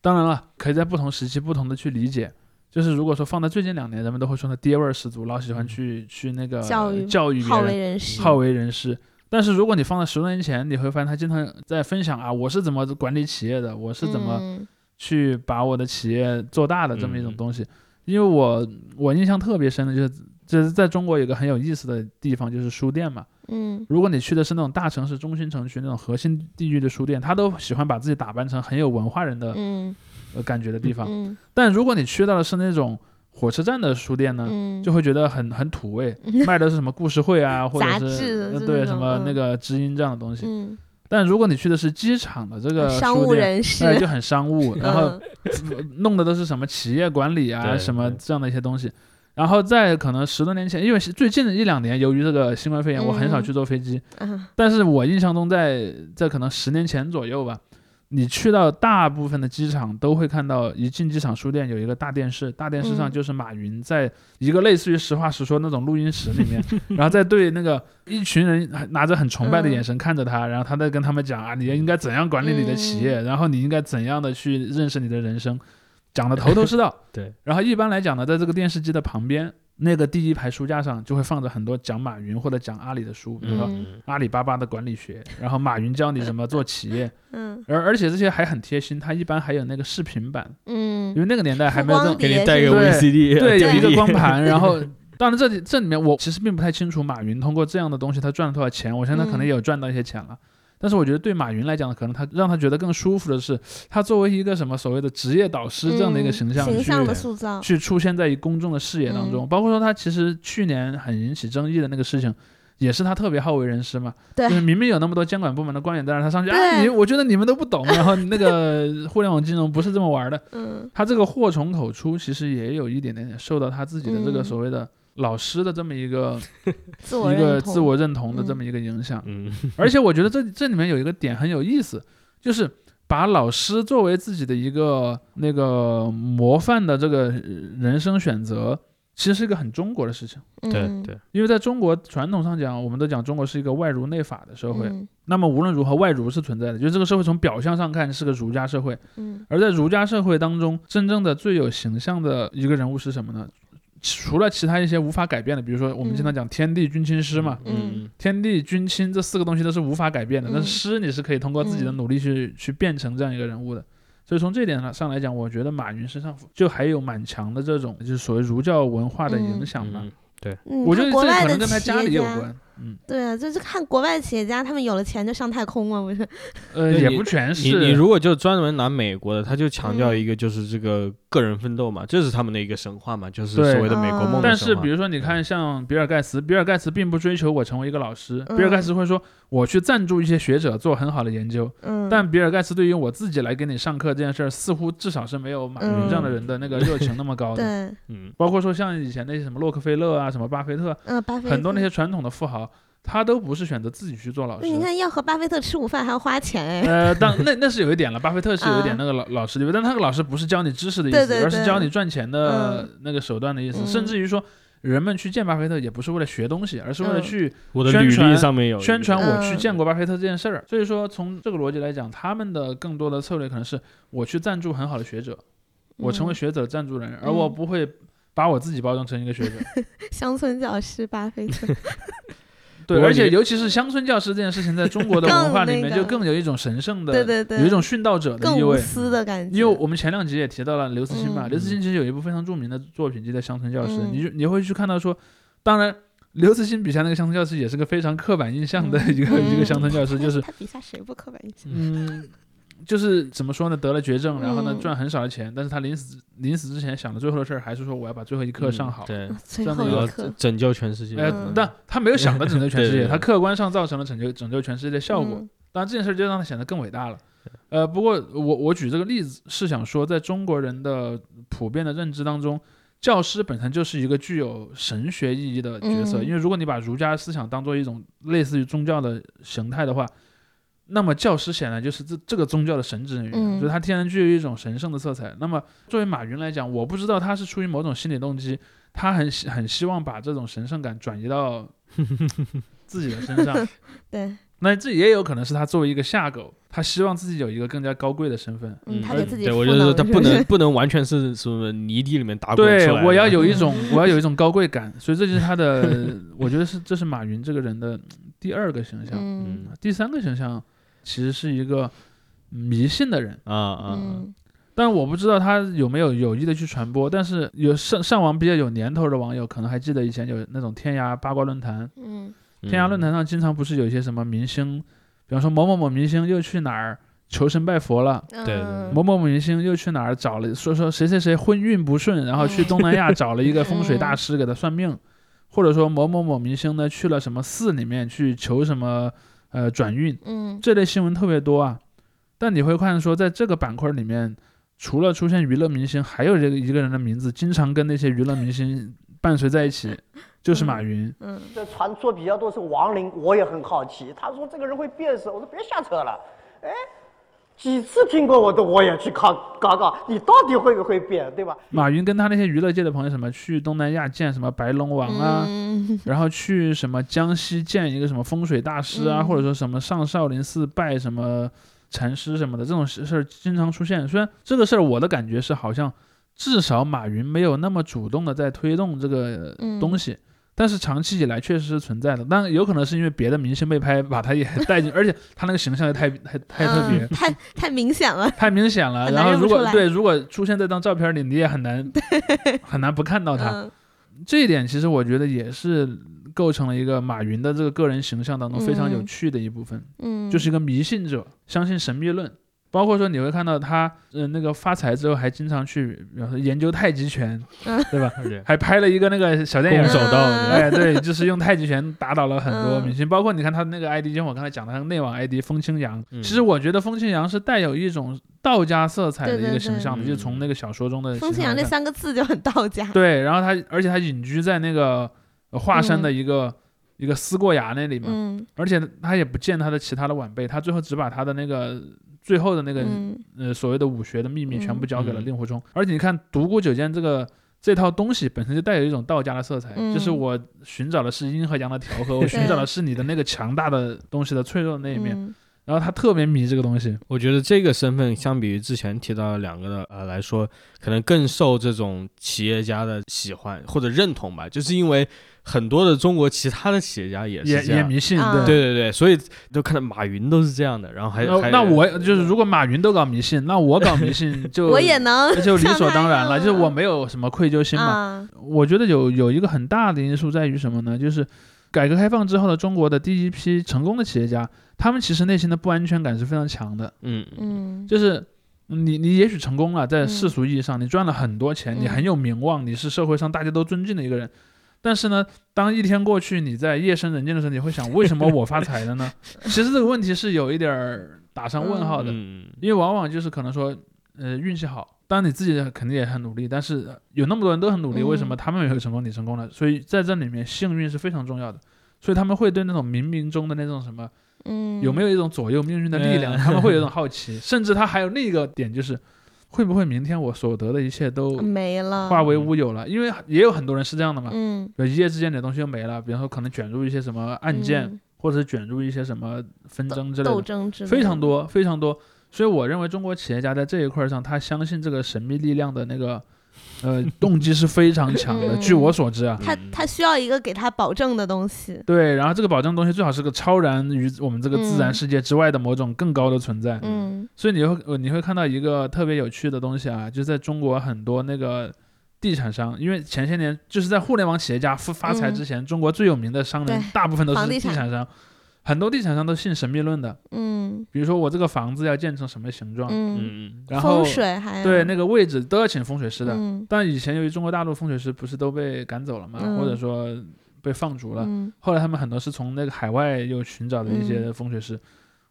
[SPEAKER 3] 当然了，可以在不同时期不同的去理解。就是如果说放在最近两年，人们都会说他爹味儿十足，老喜欢去去那个
[SPEAKER 2] 嗯教育
[SPEAKER 3] 教育别
[SPEAKER 2] 好
[SPEAKER 3] 人
[SPEAKER 2] 为人师，
[SPEAKER 3] 好为人师。但是如果你放在十多年前，你会发现他经常在分享啊，我是怎么管理企业的，我是怎么
[SPEAKER 2] 嗯
[SPEAKER 3] 去把我的企业做大的这么一种
[SPEAKER 1] 嗯
[SPEAKER 3] 东西。因为我我印象特别深的就是，就是在中国有一个很有意思的地方，就是书店嘛。
[SPEAKER 2] 嗯
[SPEAKER 3] 如果你去的是那种大城市中心城区那种核心地域的书店，他都喜欢把自己打扮成很有文化人的、
[SPEAKER 2] 嗯
[SPEAKER 3] 呃感觉的地方。
[SPEAKER 2] 嗯
[SPEAKER 3] 但如果你去到的是那种火车站的书店呢，
[SPEAKER 2] 嗯，
[SPEAKER 3] 就会觉得很很 土味，卖的是什么故事会啊，或者
[SPEAKER 2] 杂志
[SPEAKER 3] 是呃
[SPEAKER 2] 就
[SPEAKER 3] 对
[SPEAKER 2] 那
[SPEAKER 3] 什
[SPEAKER 2] 种
[SPEAKER 3] 么
[SPEAKER 2] 嗯
[SPEAKER 3] 那个知音这样的东西。
[SPEAKER 2] 嗯
[SPEAKER 3] 但如果你去的是机场的这个
[SPEAKER 2] 商
[SPEAKER 3] 书
[SPEAKER 2] 务
[SPEAKER 3] 店，
[SPEAKER 2] 人士，
[SPEAKER 3] 哎，就很 商务，然后
[SPEAKER 2] 嗯
[SPEAKER 3] 弄的都是什么企业管理啊，
[SPEAKER 1] 对
[SPEAKER 3] 什么
[SPEAKER 1] 对
[SPEAKER 3] 这样的一些东西。然后在可能十多年前，因为是最近的一两年，由于这个新冠肺炎，我很少
[SPEAKER 2] 嗯
[SPEAKER 3] 去坐飞机。
[SPEAKER 2] 啊
[SPEAKER 3] 但是我印象中在，在可能十年前左右吧，你去到大部分的机场都会看到，一进机场书店有一个大电视，大电视上
[SPEAKER 2] 嗯
[SPEAKER 3] 就是马云在一个类似于实话实说那种录音室里 面，然后再对那个一群人拿着很崇拜的
[SPEAKER 2] 嗯
[SPEAKER 3] 眼神看着他，然后他在跟他们讲啊，你应该怎样管理你的企
[SPEAKER 2] 嗯
[SPEAKER 3] 业，然后你应该怎样的去认识你的人生，讲的头头是 道。
[SPEAKER 1] 对，
[SPEAKER 3] 然后一般来讲呢，在这个电视机的旁边。那个第一排书架上就会放着很多讲马云或者讲阿里的书，比如说
[SPEAKER 2] 嗯
[SPEAKER 3] 阿里巴巴的管理学，然后马云教你怎么做企业，
[SPEAKER 2] 嗯
[SPEAKER 3] 而而且这些还很贴心，它一般还有那个视频版，因
[SPEAKER 2] 嗯
[SPEAKER 3] 为那个年代还没有这
[SPEAKER 2] 不
[SPEAKER 3] 种
[SPEAKER 2] 光
[SPEAKER 1] 给你
[SPEAKER 2] 碟
[SPEAKER 1] 带
[SPEAKER 2] 是
[SPEAKER 1] 个
[SPEAKER 3] 吧对
[SPEAKER 1] VCD，
[SPEAKER 3] 对，有一个
[SPEAKER 1] DVD
[SPEAKER 3] 光盘，然后。当然这，里这里面我其实并不太清楚马云通过这样的东西他赚了多少钱。我相信他可
[SPEAKER 2] 嗯
[SPEAKER 3] 能也有赚到一些钱了，但是我觉得对马云来讲，可能他让他觉得更舒服的是，他作为一个什么所谓的职业导师这样的一个
[SPEAKER 2] 嗯
[SPEAKER 3] 形象去、
[SPEAKER 2] 形象的塑造，
[SPEAKER 3] 去出现在于公众的视野
[SPEAKER 2] 嗯
[SPEAKER 3] 当中。包括说他其实去年很引起争议的那个事情，也是他特别好为人师嘛。
[SPEAKER 2] 对
[SPEAKER 3] 就是明明有那么多监管部门的官员，但是他上去啊，
[SPEAKER 2] 对
[SPEAKER 3] 你我觉得你们都不懂，然后那个互联网金融不是这么玩的。
[SPEAKER 2] 嗯
[SPEAKER 3] 他这个祸从口出，其实也有一点点受到他自己的这个
[SPEAKER 2] 嗯
[SPEAKER 3] 所谓的老师的这么一个、
[SPEAKER 2] 自我
[SPEAKER 3] 一个
[SPEAKER 2] 认
[SPEAKER 3] 自
[SPEAKER 2] 同，
[SPEAKER 3] 我认同的这么一个影响。
[SPEAKER 1] 嗯，
[SPEAKER 3] 而且我觉得这这里面有一个点很有意思，就是把老师作为自己的一个那个模范的这个呃人生选择，其实是一个很中国的事情。
[SPEAKER 1] 对
[SPEAKER 2] 嗯
[SPEAKER 1] 对，
[SPEAKER 3] 因为在中国传统上讲，我们都讲中国是一个外儒内法的社会。
[SPEAKER 2] 嗯
[SPEAKER 3] 那么无论如何，外儒是存在的，就是这个社会从表象上看是个儒家社会。
[SPEAKER 2] 嗯
[SPEAKER 3] 而在儒家社会当中，真正的最有形象的一个人物是什么呢？除了其他一些无法改变的，比如说我们经常讲天地君亲师嘛，
[SPEAKER 2] 嗯
[SPEAKER 3] 天地君亲这四个东西都是无法改变的，
[SPEAKER 2] 嗯
[SPEAKER 3] 但是师你是可以通过自己的努力去、去变成这样一个人物的。所以从这点上上来讲，我觉得马云身上就还有蛮强的这种就是所谓儒教文化的影响吧。
[SPEAKER 1] 嗯
[SPEAKER 2] 嗯，
[SPEAKER 3] 我觉得
[SPEAKER 2] 看
[SPEAKER 3] 这
[SPEAKER 2] 国外的
[SPEAKER 3] 可能跟他
[SPEAKER 2] 企
[SPEAKER 3] 家
[SPEAKER 2] 业
[SPEAKER 3] 里有
[SPEAKER 2] 家
[SPEAKER 3] 关，嗯，
[SPEAKER 2] 对啊，就是看国外企业家，他们有了钱就上太空嘛，不是？
[SPEAKER 3] 呃，
[SPEAKER 1] 对
[SPEAKER 3] 也
[SPEAKER 1] 你
[SPEAKER 3] 不全
[SPEAKER 1] 你你
[SPEAKER 3] 是。
[SPEAKER 1] 如果就专门拿美国的，他就强调
[SPEAKER 2] 嗯
[SPEAKER 1] 一个就是这个个人奋斗嘛，这是他们的一个神话嘛，就是
[SPEAKER 3] 对
[SPEAKER 1] 所谓的美国
[SPEAKER 2] 啊
[SPEAKER 1] 梦的神话。嗯
[SPEAKER 3] 但是比如说，你看像比尔盖茨，比尔盖茨并不追求我成为一个老师，
[SPEAKER 2] 嗯
[SPEAKER 3] 比尔盖茨会说我去赞助一些学者做很好的研究，
[SPEAKER 2] 嗯，
[SPEAKER 3] 但比尔盖茨对于我自己来给你上课这件事儿，似乎至少是没有马云这样的
[SPEAKER 2] 嗯
[SPEAKER 3] 人的那个热情那么高的。
[SPEAKER 2] 对，
[SPEAKER 1] 嗯，
[SPEAKER 3] 包括说像以前那些什么洛克菲勒啊、什么巴菲特，
[SPEAKER 2] 嗯，巴菲特
[SPEAKER 3] 很多那些传统的富豪，他都不是选择自己去做老
[SPEAKER 2] 那
[SPEAKER 3] 师
[SPEAKER 2] 你。看要和巴菲特吃午饭还要花钱 哎，
[SPEAKER 3] 呃，当那那是有一点了，巴菲特是有一点
[SPEAKER 2] 啊
[SPEAKER 3] 那个老老师地位，但他那个老师不是教你知识的意思，
[SPEAKER 2] 对对对
[SPEAKER 3] 而是教你赚钱的那个手段的意思，
[SPEAKER 2] 嗯
[SPEAKER 3] 甚至于说。人们去见巴菲特也不是为了学东西，而是为了
[SPEAKER 2] 嗯
[SPEAKER 3] 去
[SPEAKER 1] 我的
[SPEAKER 3] 宣
[SPEAKER 1] 履历
[SPEAKER 3] 传
[SPEAKER 1] 上面有一个
[SPEAKER 3] 宣传我去
[SPEAKER 2] 嗯
[SPEAKER 3] 见过巴菲特这件事儿。所以说，从这个逻辑来讲，他们的更多的策略可能是我去赞助很好的学者，我成
[SPEAKER 2] 嗯
[SPEAKER 3] 为学者的赞助人，而我不会把我自己包装成一个学者。
[SPEAKER 2] 乡村教师巴菲 特，
[SPEAKER 1] 不
[SPEAKER 3] 对，
[SPEAKER 1] 过
[SPEAKER 3] 而
[SPEAKER 1] 你
[SPEAKER 3] 且尤其是乡村教师这件事情，在中国的文化里面
[SPEAKER 2] 更那个
[SPEAKER 3] 就更有一种神圣的，
[SPEAKER 2] 对对对，
[SPEAKER 3] 有一种殉道者的
[SPEAKER 2] 更
[SPEAKER 3] 意
[SPEAKER 2] 无
[SPEAKER 3] 味。嗯
[SPEAKER 2] 私的感觉，
[SPEAKER 3] 因为我们前两集也提到了刘慈欣嘛，
[SPEAKER 2] 嗯
[SPEAKER 3] 刘慈欣其实有一部非常著名的作品就在《乡村教师》
[SPEAKER 2] 嗯
[SPEAKER 3] 你就你会去看到说，当然刘慈欣笔下那个乡村教师也是个非常刻板印象的
[SPEAKER 2] 嗯
[SPEAKER 3] 一个、
[SPEAKER 2] 嗯
[SPEAKER 3] 一个乡村教师，就是
[SPEAKER 2] 他笔下谁不刻板印象？
[SPEAKER 3] 嗯，就是怎么说呢？得了绝症，然后呢
[SPEAKER 2] 嗯
[SPEAKER 3] 赚很少的钱，但是他临死临死之前想的最后的事儿还是说我要把最后一课上好。
[SPEAKER 1] 嗯对，
[SPEAKER 2] 最
[SPEAKER 3] 这样的
[SPEAKER 2] 后
[SPEAKER 1] 我
[SPEAKER 3] 有
[SPEAKER 1] 要
[SPEAKER 2] 一
[SPEAKER 1] 拯
[SPEAKER 2] 刻，
[SPEAKER 1] 拯救全世界。
[SPEAKER 3] 呃
[SPEAKER 2] 嗯，
[SPEAKER 3] 但他没有想到拯救全
[SPEAKER 1] 对
[SPEAKER 3] 世界，
[SPEAKER 1] 对对
[SPEAKER 3] 他客观上造成了拯救拯救全世界的效
[SPEAKER 2] 嗯
[SPEAKER 3] 果。当然，这件事就让他显得更伟大了。呃，不过我我举这个例子是想说，在中国人的普遍的认知当中，教师本身就是一个具有神学意义的角色。
[SPEAKER 2] 嗯
[SPEAKER 3] 因为如果你把儒家思想当做一种类似于宗教的形态的话，那么教师显然就是这这个宗教的神职人员，
[SPEAKER 2] 嗯
[SPEAKER 3] 所以他天然具有一种神圣的色彩。那么作为马云来讲，我不知道他是出于某种心理动机，他很希很希望把这种神圣感转移到 自己的身上。
[SPEAKER 2] 嗯对，
[SPEAKER 3] 那这也有可能是他作为一个下狗，他希望自己有一个更加高贵的身份。
[SPEAKER 2] 嗯，他
[SPEAKER 1] 嗯
[SPEAKER 2] 给自己
[SPEAKER 1] 对，我
[SPEAKER 2] 赋
[SPEAKER 1] 就
[SPEAKER 2] 能
[SPEAKER 1] 说他
[SPEAKER 2] 是
[SPEAKER 1] 不能
[SPEAKER 2] 是
[SPEAKER 1] 不能完全是什么泥地里面打滚
[SPEAKER 3] 对
[SPEAKER 1] 出来，的
[SPEAKER 3] 我要有一
[SPEAKER 2] 嗯
[SPEAKER 3] 种，我要有一种高贵感，所以这就是他的，我觉得是这是马云这个人的第二个形象。
[SPEAKER 2] 嗯
[SPEAKER 3] 第三个形象其实是一个迷信的人，
[SPEAKER 1] 啊啊啊，
[SPEAKER 2] 嗯
[SPEAKER 3] 但我不知道他有没有有意的去传播。但是有上上网比较有年头的网友可能还记得以前有那种天涯八卦论坛，
[SPEAKER 2] 嗯
[SPEAKER 3] 天涯论坛上经常不是有一些什么明星，比方说某某某明星又去哪儿求神拜佛了。
[SPEAKER 2] 嗯，
[SPEAKER 1] 对
[SPEAKER 3] 啊某某明星又去哪儿找了，说说谁谁谁婚运不顺，然后去东南亚找了一个风水大师给他算命，或者说某某某明星呢去了什么寺里面去求什么呃转运，
[SPEAKER 2] 嗯
[SPEAKER 3] 这类新闻特别多啊。但你会看说，在这个板块里面，除了出现娱乐明星，还有这个一个人的名字经常跟那些娱乐明星伴随在一起，就是马云。
[SPEAKER 2] 嗯
[SPEAKER 4] 这传说比较多是亡灵，我也很好奇。他说这个人会变色，我说别瞎扯了。哎，几次听过我都我也去搞搞搞，你到底会不会变，对吧？
[SPEAKER 3] 马云跟他那些娱乐界的朋友什么去东南亚见什么白龙王啊，
[SPEAKER 2] 嗯
[SPEAKER 3] 然后去什么江西见一个什么风水大师啊，
[SPEAKER 2] 嗯
[SPEAKER 3] 或者说什么上少林寺拜什么禅师什么的，这种事事儿经常出现。虽然这个事儿我的感觉是好像至少马云没有那么主动的在推动这个
[SPEAKER 2] 嗯
[SPEAKER 3] 东西。但是长期以来确实是存在的，但有可能是因为别的明星被拍，把他也 带进，而且他那个形象也太太太特别、
[SPEAKER 2] 嗯太太明显了，
[SPEAKER 3] 太明显了。
[SPEAKER 2] 很难
[SPEAKER 3] 然后
[SPEAKER 2] 认
[SPEAKER 3] 如
[SPEAKER 2] 不出
[SPEAKER 3] 果
[SPEAKER 2] 来
[SPEAKER 3] 对如果出现在张照片里，你也很 难很难不看到哦他。
[SPEAKER 2] 嗯
[SPEAKER 3] 这一点其实我觉得也是构成了一个马云的这个个人形象当中非常有
[SPEAKER 2] 嗯
[SPEAKER 3] 趣的一部分，
[SPEAKER 2] 嗯，
[SPEAKER 3] 就是一个迷信者，相信神秘论。包括说你会看到他，呃，那个发财之后还经常去，比方说研究太极拳，
[SPEAKER 2] 嗯
[SPEAKER 3] 对吧？
[SPEAKER 1] 对
[SPEAKER 3] 还拍了一个那个小电影
[SPEAKER 1] 空，手道
[SPEAKER 2] 嗯
[SPEAKER 1] 对
[SPEAKER 3] 哎，对，就是用太极拳打倒了很多
[SPEAKER 2] 嗯
[SPEAKER 3] 明星。包括你看他那个 ID，就像我刚才讲的，他的内网 ID 风清扬，
[SPEAKER 1] 嗯
[SPEAKER 3] 其实我觉得风清扬是带有一种道家色彩的
[SPEAKER 2] 对
[SPEAKER 3] 一个
[SPEAKER 2] 对
[SPEAKER 3] 形
[SPEAKER 2] 对
[SPEAKER 3] 象的，
[SPEAKER 1] 嗯
[SPEAKER 3] 就是从那个小说中呃的
[SPEAKER 2] 风
[SPEAKER 3] 形
[SPEAKER 2] 信
[SPEAKER 3] 象
[SPEAKER 2] 阳这
[SPEAKER 3] 来看
[SPEAKER 2] 三个字就很道 家，
[SPEAKER 3] 对，然后他，而且他隐居在那个呃华山的一个、一个思过崖那里嘛，
[SPEAKER 2] 嗯
[SPEAKER 3] 而且他也不见他的其他的晚辈，他最后只把他的那个最后的那个、
[SPEAKER 2] 嗯
[SPEAKER 3] 呃所谓的武学的秘密全部交给了
[SPEAKER 1] 嗯
[SPEAKER 3] 令狐冲。而且你看独孤九剑这个。这套东西本身就带有一种道家的色彩，就是
[SPEAKER 2] 嗯
[SPEAKER 3] 我寻找的是阴和阳的调和，我寻找的是你的那个强大的东西的脆弱的那一面。
[SPEAKER 2] 嗯
[SPEAKER 3] 然后他特别迷这个东西，
[SPEAKER 1] 我觉得这个身份相比于之前提到的两个的呃来说，可能更受这种企业家的喜欢或者认同吧，就是因为很多的中国其他的企业家也
[SPEAKER 3] 也
[SPEAKER 1] 是这
[SPEAKER 3] 也
[SPEAKER 1] 样。
[SPEAKER 3] 迷信，
[SPEAKER 2] 啊
[SPEAKER 3] 对
[SPEAKER 1] 对对对，所以都看到马云都是这样的，然后还
[SPEAKER 3] 那
[SPEAKER 1] 还
[SPEAKER 3] 那我就是，如果马云都搞迷信，那我搞迷信 就
[SPEAKER 2] 我也能
[SPEAKER 3] 那就理
[SPEAKER 2] 像
[SPEAKER 3] 所
[SPEAKER 2] 他
[SPEAKER 3] 当
[SPEAKER 2] 一
[SPEAKER 3] 然
[SPEAKER 2] 样
[SPEAKER 3] 了，就是我没有什么愧疚心嘛。
[SPEAKER 2] 啊，
[SPEAKER 3] 我觉得有有一个很大的因素在于什么呢？就是改革开放之后的中国的第一批成功的企业家，他们其实内心的不安全感是非常强的。
[SPEAKER 1] 嗯
[SPEAKER 2] 嗯，
[SPEAKER 3] 就是你你也许成功了，在
[SPEAKER 2] 嗯
[SPEAKER 3] 世俗意义上你赚了很多钱，你
[SPEAKER 2] 嗯
[SPEAKER 3] 很有名望，你是社会上大家都尊敬的一个人。但是呢，当一天过去，你在夜深人静的时候，你会想，为什么我发 财了呢？其实这个问题是有一点儿打上问号的，
[SPEAKER 1] 嗯
[SPEAKER 3] 因为往往就是可能说，呃，运气好，当然你自己肯定也很努力，但是有那么多人都很努力，
[SPEAKER 2] 嗯
[SPEAKER 3] 为什么他们没有成功，你成功了？所以在这里面，幸运是非常重要的。所以他们会对那种冥冥中的那种什么
[SPEAKER 2] 嗯，
[SPEAKER 3] 有没有一种左右命运的力
[SPEAKER 1] 嗯
[SPEAKER 3] 量？他们会有一种好奇，甚至他还有另一个点，就是会不会明天我所得的一切都
[SPEAKER 2] 嗯没了？
[SPEAKER 3] 化为乌有了？因为也有很多人是这样的嘛，
[SPEAKER 2] 嗯，
[SPEAKER 3] 比如一夜之间你的东西就没了，比方说可能卷入一些什么案件，
[SPEAKER 2] 嗯
[SPEAKER 3] 或者是卷入一些什么纷争之类
[SPEAKER 2] 斗
[SPEAKER 3] 的，
[SPEAKER 2] 争之类
[SPEAKER 3] 非常
[SPEAKER 2] 的，
[SPEAKER 3] 多，非常多。所以我认为中国企业家在这一块儿上，他相信这个神秘力量的那个呃动机是非常强的。
[SPEAKER 2] 嗯
[SPEAKER 3] 据我所知啊，
[SPEAKER 2] 他
[SPEAKER 1] 嗯
[SPEAKER 2] 他需要一个给他保证的东西，
[SPEAKER 3] 对，然后这个保障东西最好是个超然于我们这个自然
[SPEAKER 2] 嗯
[SPEAKER 3] 世界之外的某种更高的存在。
[SPEAKER 2] 嗯
[SPEAKER 3] 所以你会呃你会看到一个特别有趣的东西啊，就在中国很多那个地产商，因为前些年就是在互联网企业家发发财之前，中国最有名的商人
[SPEAKER 2] 嗯对
[SPEAKER 3] 大部分都是
[SPEAKER 2] 房
[SPEAKER 3] 地
[SPEAKER 2] 地产
[SPEAKER 3] 产商，很多地产商都信神秘论的，
[SPEAKER 2] 嗯
[SPEAKER 3] 比如说我这个房子要建成什么形状，
[SPEAKER 2] 嗯，
[SPEAKER 1] 嗯
[SPEAKER 3] 啊然后
[SPEAKER 2] 风水还
[SPEAKER 3] 对
[SPEAKER 2] 有
[SPEAKER 3] 那个位置都要请风水师的。
[SPEAKER 2] 嗯
[SPEAKER 3] 但以前由于中国大陆风水师不是都被赶走了嘛，
[SPEAKER 2] 嗯
[SPEAKER 3] 或者说被放逐了，
[SPEAKER 2] 嗯
[SPEAKER 3] 后来他们很多是从那个海外又寻找的一些风水师。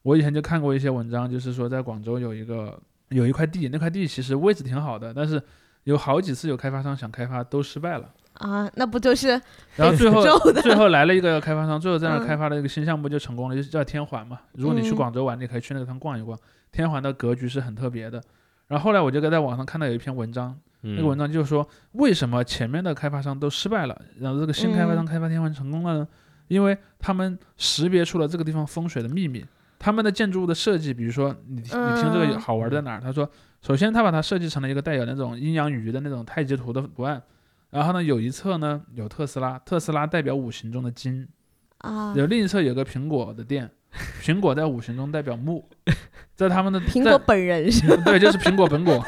[SPEAKER 3] 我以前就看过一些文章，就是说在广州有一个有一块地，那块地其实位置挺好的，但是有好几次有开发商想开发都失败了，
[SPEAKER 2] 啊，那不就是
[SPEAKER 3] 然后最后
[SPEAKER 2] 咒的
[SPEAKER 3] 最后来了一个开发商，最后在那儿
[SPEAKER 2] 哎嗯
[SPEAKER 3] 开发了一个新项目就成功了，就叫天环嘛。如果你去
[SPEAKER 2] 嗯
[SPEAKER 3] 广州玩，你可以去那个地方逛一逛，天环的格局是很特别的。然后后来我就在网上看到有一篇文章，
[SPEAKER 1] 嗯，
[SPEAKER 3] 那个文章就是说，为什么前面的开发商都失败了，然后这个新开发
[SPEAKER 2] 嗯
[SPEAKER 3] 商开发天环成功了呢？因为他们识别出了这个地方风水的秘密。他们的建筑物的设计，比如说你听你听这个
[SPEAKER 2] 嗯
[SPEAKER 3] 好玩在哪儿？他说，首先他把它设计成了一个带有那种阴阳鱼的那种太极图的图案，然后呢有一侧呢有特斯拉，特斯拉代表五行中的金，
[SPEAKER 2] 啊？
[SPEAKER 3] 有另一侧有个苹果的店，苹果在五行中代 表木，在他们的
[SPEAKER 2] 苹
[SPEAKER 3] 在
[SPEAKER 2] 果本人是吧？
[SPEAKER 3] 对，就是苹果本果。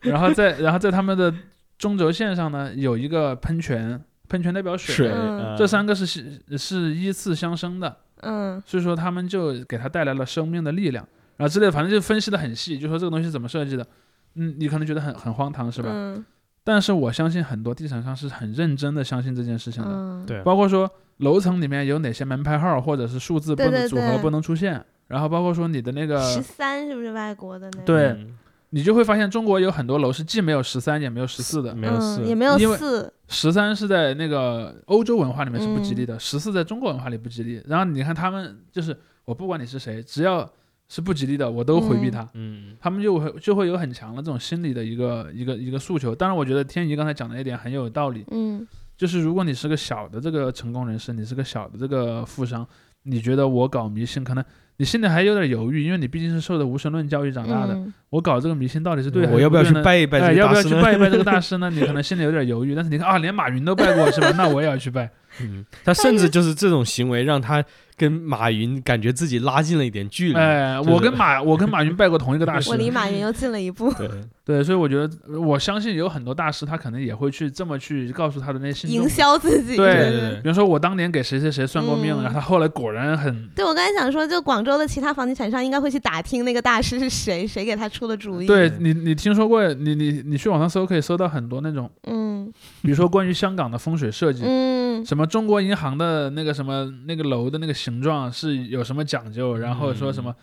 [SPEAKER 3] 然后在然后在他们的中轴线上呢，有一个喷泉，喷泉代表水。
[SPEAKER 1] 水，
[SPEAKER 2] 嗯
[SPEAKER 1] 嗯
[SPEAKER 3] 这三个是是是依次相生的，
[SPEAKER 2] 嗯
[SPEAKER 3] 所以说他们就给它带来了生命的力量，然后之类的，反正就分析的很细，就说这个东西怎么设计的。嗯，你可能觉得很很荒唐是吧？
[SPEAKER 2] 嗯
[SPEAKER 3] 但是我相信很多地产商是很认真的相信这件事情的，
[SPEAKER 2] 嗯，
[SPEAKER 1] 对，
[SPEAKER 3] 包括说楼层里面有哪些门牌号或者是数字不
[SPEAKER 2] 对
[SPEAKER 3] 能
[SPEAKER 2] 对
[SPEAKER 3] 组合
[SPEAKER 2] 对
[SPEAKER 3] 不能出现，然后包括说你的那个
[SPEAKER 2] 十三是不是外国的那个？
[SPEAKER 3] 对
[SPEAKER 1] 嗯
[SPEAKER 3] 你就会发现中国有很多楼是既没有十三也没有十四的。
[SPEAKER 1] 没有
[SPEAKER 2] 嗯，也
[SPEAKER 1] 四，
[SPEAKER 2] 没有
[SPEAKER 3] 因为
[SPEAKER 2] 四，
[SPEAKER 3] 十三是在那个欧洲文化里面是不吉利
[SPEAKER 2] 嗯
[SPEAKER 3] 的，十四、在中国文化里不吉利。然后你看他们就是我不管你是谁，只要是不吉利的，我都回避
[SPEAKER 2] 嗯
[SPEAKER 3] 它。
[SPEAKER 1] 嗯
[SPEAKER 3] 他们就会就会有很强的这种心理的一个一个一个诉求。当然，我觉得天怡刚才讲的一点很有道理，
[SPEAKER 2] 嗯
[SPEAKER 3] 就是如果你是个小的这个成功人士，你是个小的这个富商，你觉得我搞迷信，可能你心里还有点犹豫，因为你毕竟是受着无神论教育长大的。
[SPEAKER 2] 嗯
[SPEAKER 3] 我搞这个迷信到底是对还是
[SPEAKER 1] 嗯我要不要
[SPEAKER 3] 对
[SPEAKER 1] 去
[SPEAKER 3] 呢
[SPEAKER 1] 拜一拜这
[SPEAKER 3] 哎，
[SPEAKER 1] 个
[SPEAKER 3] 要不
[SPEAKER 1] 大
[SPEAKER 3] 要
[SPEAKER 1] 师
[SPEAKER 3] 去
[SPEAKER 1] 呢？
[SPEAKER 3] 拜一拜这个 大师呢？你可能心里有点犹豫，但是你看啊，连马云都拜过是吧？那我也要去拜。
[SPEAKER 1] 嗯，他甚至就是这种行为让他跟马云感觉自己拉近了一点距离。
[SPEAKER 3] 哎，
[SPEAKER 1] 就是
[SPEAKER 3] 我跟马我跟马云拜过同一个大师
[SPEAKER 2] 我，离马云又近了一步，
[SPEAKER 1] 对，
[SPEAKER 3] 对，所以我觉得呃我相信有很多大师他可能也会去这么去告诉他的那些信
[SPEAKER 2] 营
[SPEAKER 3] 众。
[SPEAKER 2] 销自己。
[SPEAKER 3] 对
[SPEAKER 1] 对嗯
[SPEAKER 3] 比如说我当年给谁谁谁算过命，
[SPEAKER 2] 嗯
[SPEAKER 3] 然后他后来果然很。
[SPEAKER 2] 对，我刚才想说，就广州的其他房地产商应该会去打听那个大师是 谁，谁给他出的主意。
[SPEAKER 3] 对你，你听说过你你你去网上搜可以搜到很多那种，
[SPEAKER 2] 嗯
[SPEAKER 3] 比如说关于香港的风水设计，
[SPEAKER 2] 嗯
[SPEAKER 3] 什么中国银行的那个什么那个楼的那个形状是有什么讲究，然后说什么。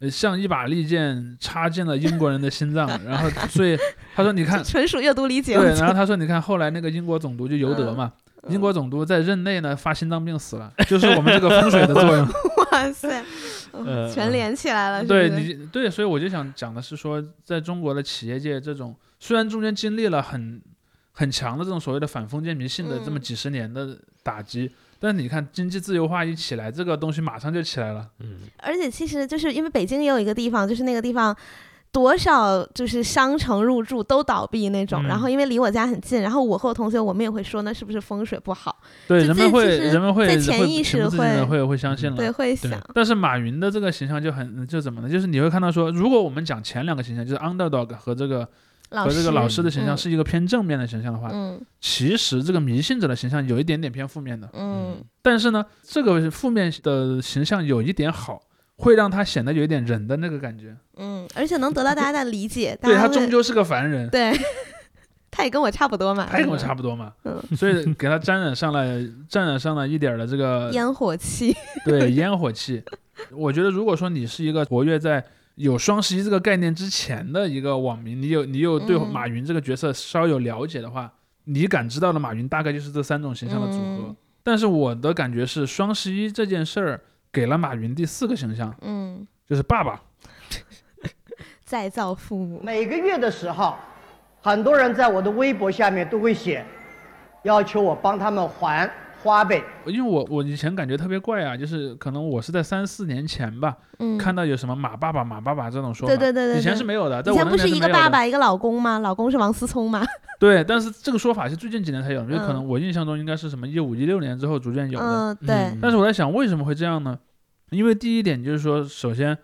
[SPEAKER 3] 呃像一把利剑插进了英国人的心脏，然后 所以他说：“你看
[SPEAKER 2] 这，纯属阅读理解。
[SPEAKER 3] 对。”然后他说：“你看，后来那个英国总督就尤德嘛，
[SPEAKER 2] 嗯
[SPEAKER 3] 英国总督在任内呢发心脏病死了，就是我们这个风水的作用。
[SPEAKER 2] 哇 塞，哦
[SPEAKER 1] 呃
[SPEAKER 2] 全连起来了，是不
[SPEAKER 3] 对
[SPEAKER 2] 是？
[SPEAKER 3] 你对，所以我就想讲的是说，在中国的企业界，这种虽然中间经历了很很强的这种所谓的反封建迷信的这么
[SPEAKER 2] 嗯
[SPEAKER 3] 几十年的打击，但你看经济自由化一起来，这个东西马上就起来了。
[SPEAKER 2] 而且其实就是因为北京也有一个地方，就是那个地方多少就是商城入驻都倒闭那种。
[SPEAKER 3] 嗯
[SPEAKER 2] 然后因为离我家很近，然后我和我同学我们也会说，那是不是风水不好？
[SPEAKER 3] 对，
[SPEAKER 2] 就
[SPEAKER 3] 人
[SPEAKER 2] 自
[SPEAKER 3] 们
[SPEAKER 2] 己
[SPEAKER 3] 会
[SPEAKER 2] 其实
[SPEAKER 3] 人们会
[SPEAKER 2] 在
[SPEAKER 3] 会
[SPEAKER 2] 潜意识
[SPEAKER 3] 情不自禁
[SPEAKER 2] 会
[SPEAKER 3] 的会会相信了。
[SPEAKER 2] 对，会
[SPEAKER 3] 嗯对
[SPEAKER 2] 想，
[SPEAKER 3] 但是马云的这个形象就很就怎么呢？就是你会看到说，如果我们讲前两个形象，就是 underdog 和这个
[SPEAKER 2] 老
[SPEAKER 3] 和这
[SPEAKER 2] 师，
[SPEAKER 3] 个老师的形象
[SPEAKER 2] 嗯
[SPEAKER 3] 是一个偏正面的形象的话，
[SPEAKER 2] 嗯
[SPEAKER 3] 其实这个迷信者的形象有一点点偏负面的。
[SPEAKER 2] 嗯，
[SPEAKER 3] 但是呢，这个负面的形象有一点好，会让他显得有一点人的那个感觉。
[SPEAKER 2] 嗯，而且能得到大家的理解，大
[SPEAKER 3] 对
[SPEAKER 2] 家
[SPEAKER 3] 他
[SPEAKER 2] 会
[SPEAKER 3] 终究是个凡人，
[SPEAKER 2] 对， 他也跟我差不多嘛，
[SPEAKER 3] 他也跟我差不多嘛，
[SPEAKER 2] 嗯
[SPEAKER 3] 所以给他沾染上了沾染上了一点儿的这个
[SPEAKER 2] 烟火 气，
[SPEAKER 3] 对烟火气。我觉得如果说你是一个活跃在有双十一这个概念之前的一个网民，你有你有对
[SPEAKER 2] 嗯
[SPEAKER 3] 马云这个角色稍有了解的话，你感知到的马云大概就是这三种形象的组合。
[SPEAKER 2] 嗯
[SPEAKER 3] 但是我的感觉是，双十一这件事儿给了马云第四个形象，
[SPEAKER 2] 嗯，
[SPEAKER 3] 就是爸爸。
[SPEAKER 2] 再造父母，
[SPEAKER 4] 每个月的十号，很多人在我的微博下面都会写，要求我帮他们还花呗。
[SPEAKER 3] 因为我我以前感觉特别怪啊，就是可能我是在三四年前吧，
[SPEAKER 2] 嗯，
[SPEAKER 3] 看到有什么马爸爸、马爸爸这种说法，
[SPEAKER 2] 对对对对
[SPEAKER 3] 以前是
[SPEAKER 2] 对
[SPEAKER 3] 没有的，在
[SPEAKER 2] 以
[SPEAKER 3] 我
[SPEAKER 2] 前
[SPEAKER 3] 那
[SPEAKER 2] 不
[SPEAKER 3] 年
[SPEAKER 2] 是一
[SPEAKER 3] 没
[SPEAKER 2] 个
[SPEAKER 3] 有的
[SPEAKER 2] 爸爸一个老公吗？老公是王思聪吗？
[SPEAKER 3] 对，但是这个说法是最近几年才有的，就可能
[SPEAKER 2] 嗯
[SPEAKER 3] 我印象中应该是什么一五一六年之后逐渐有的。
[SPEAKER 2] 嗯，对，
[SPEAKER 3] 但是我在想，为什么会这样呢？因为第一点就是说，首先，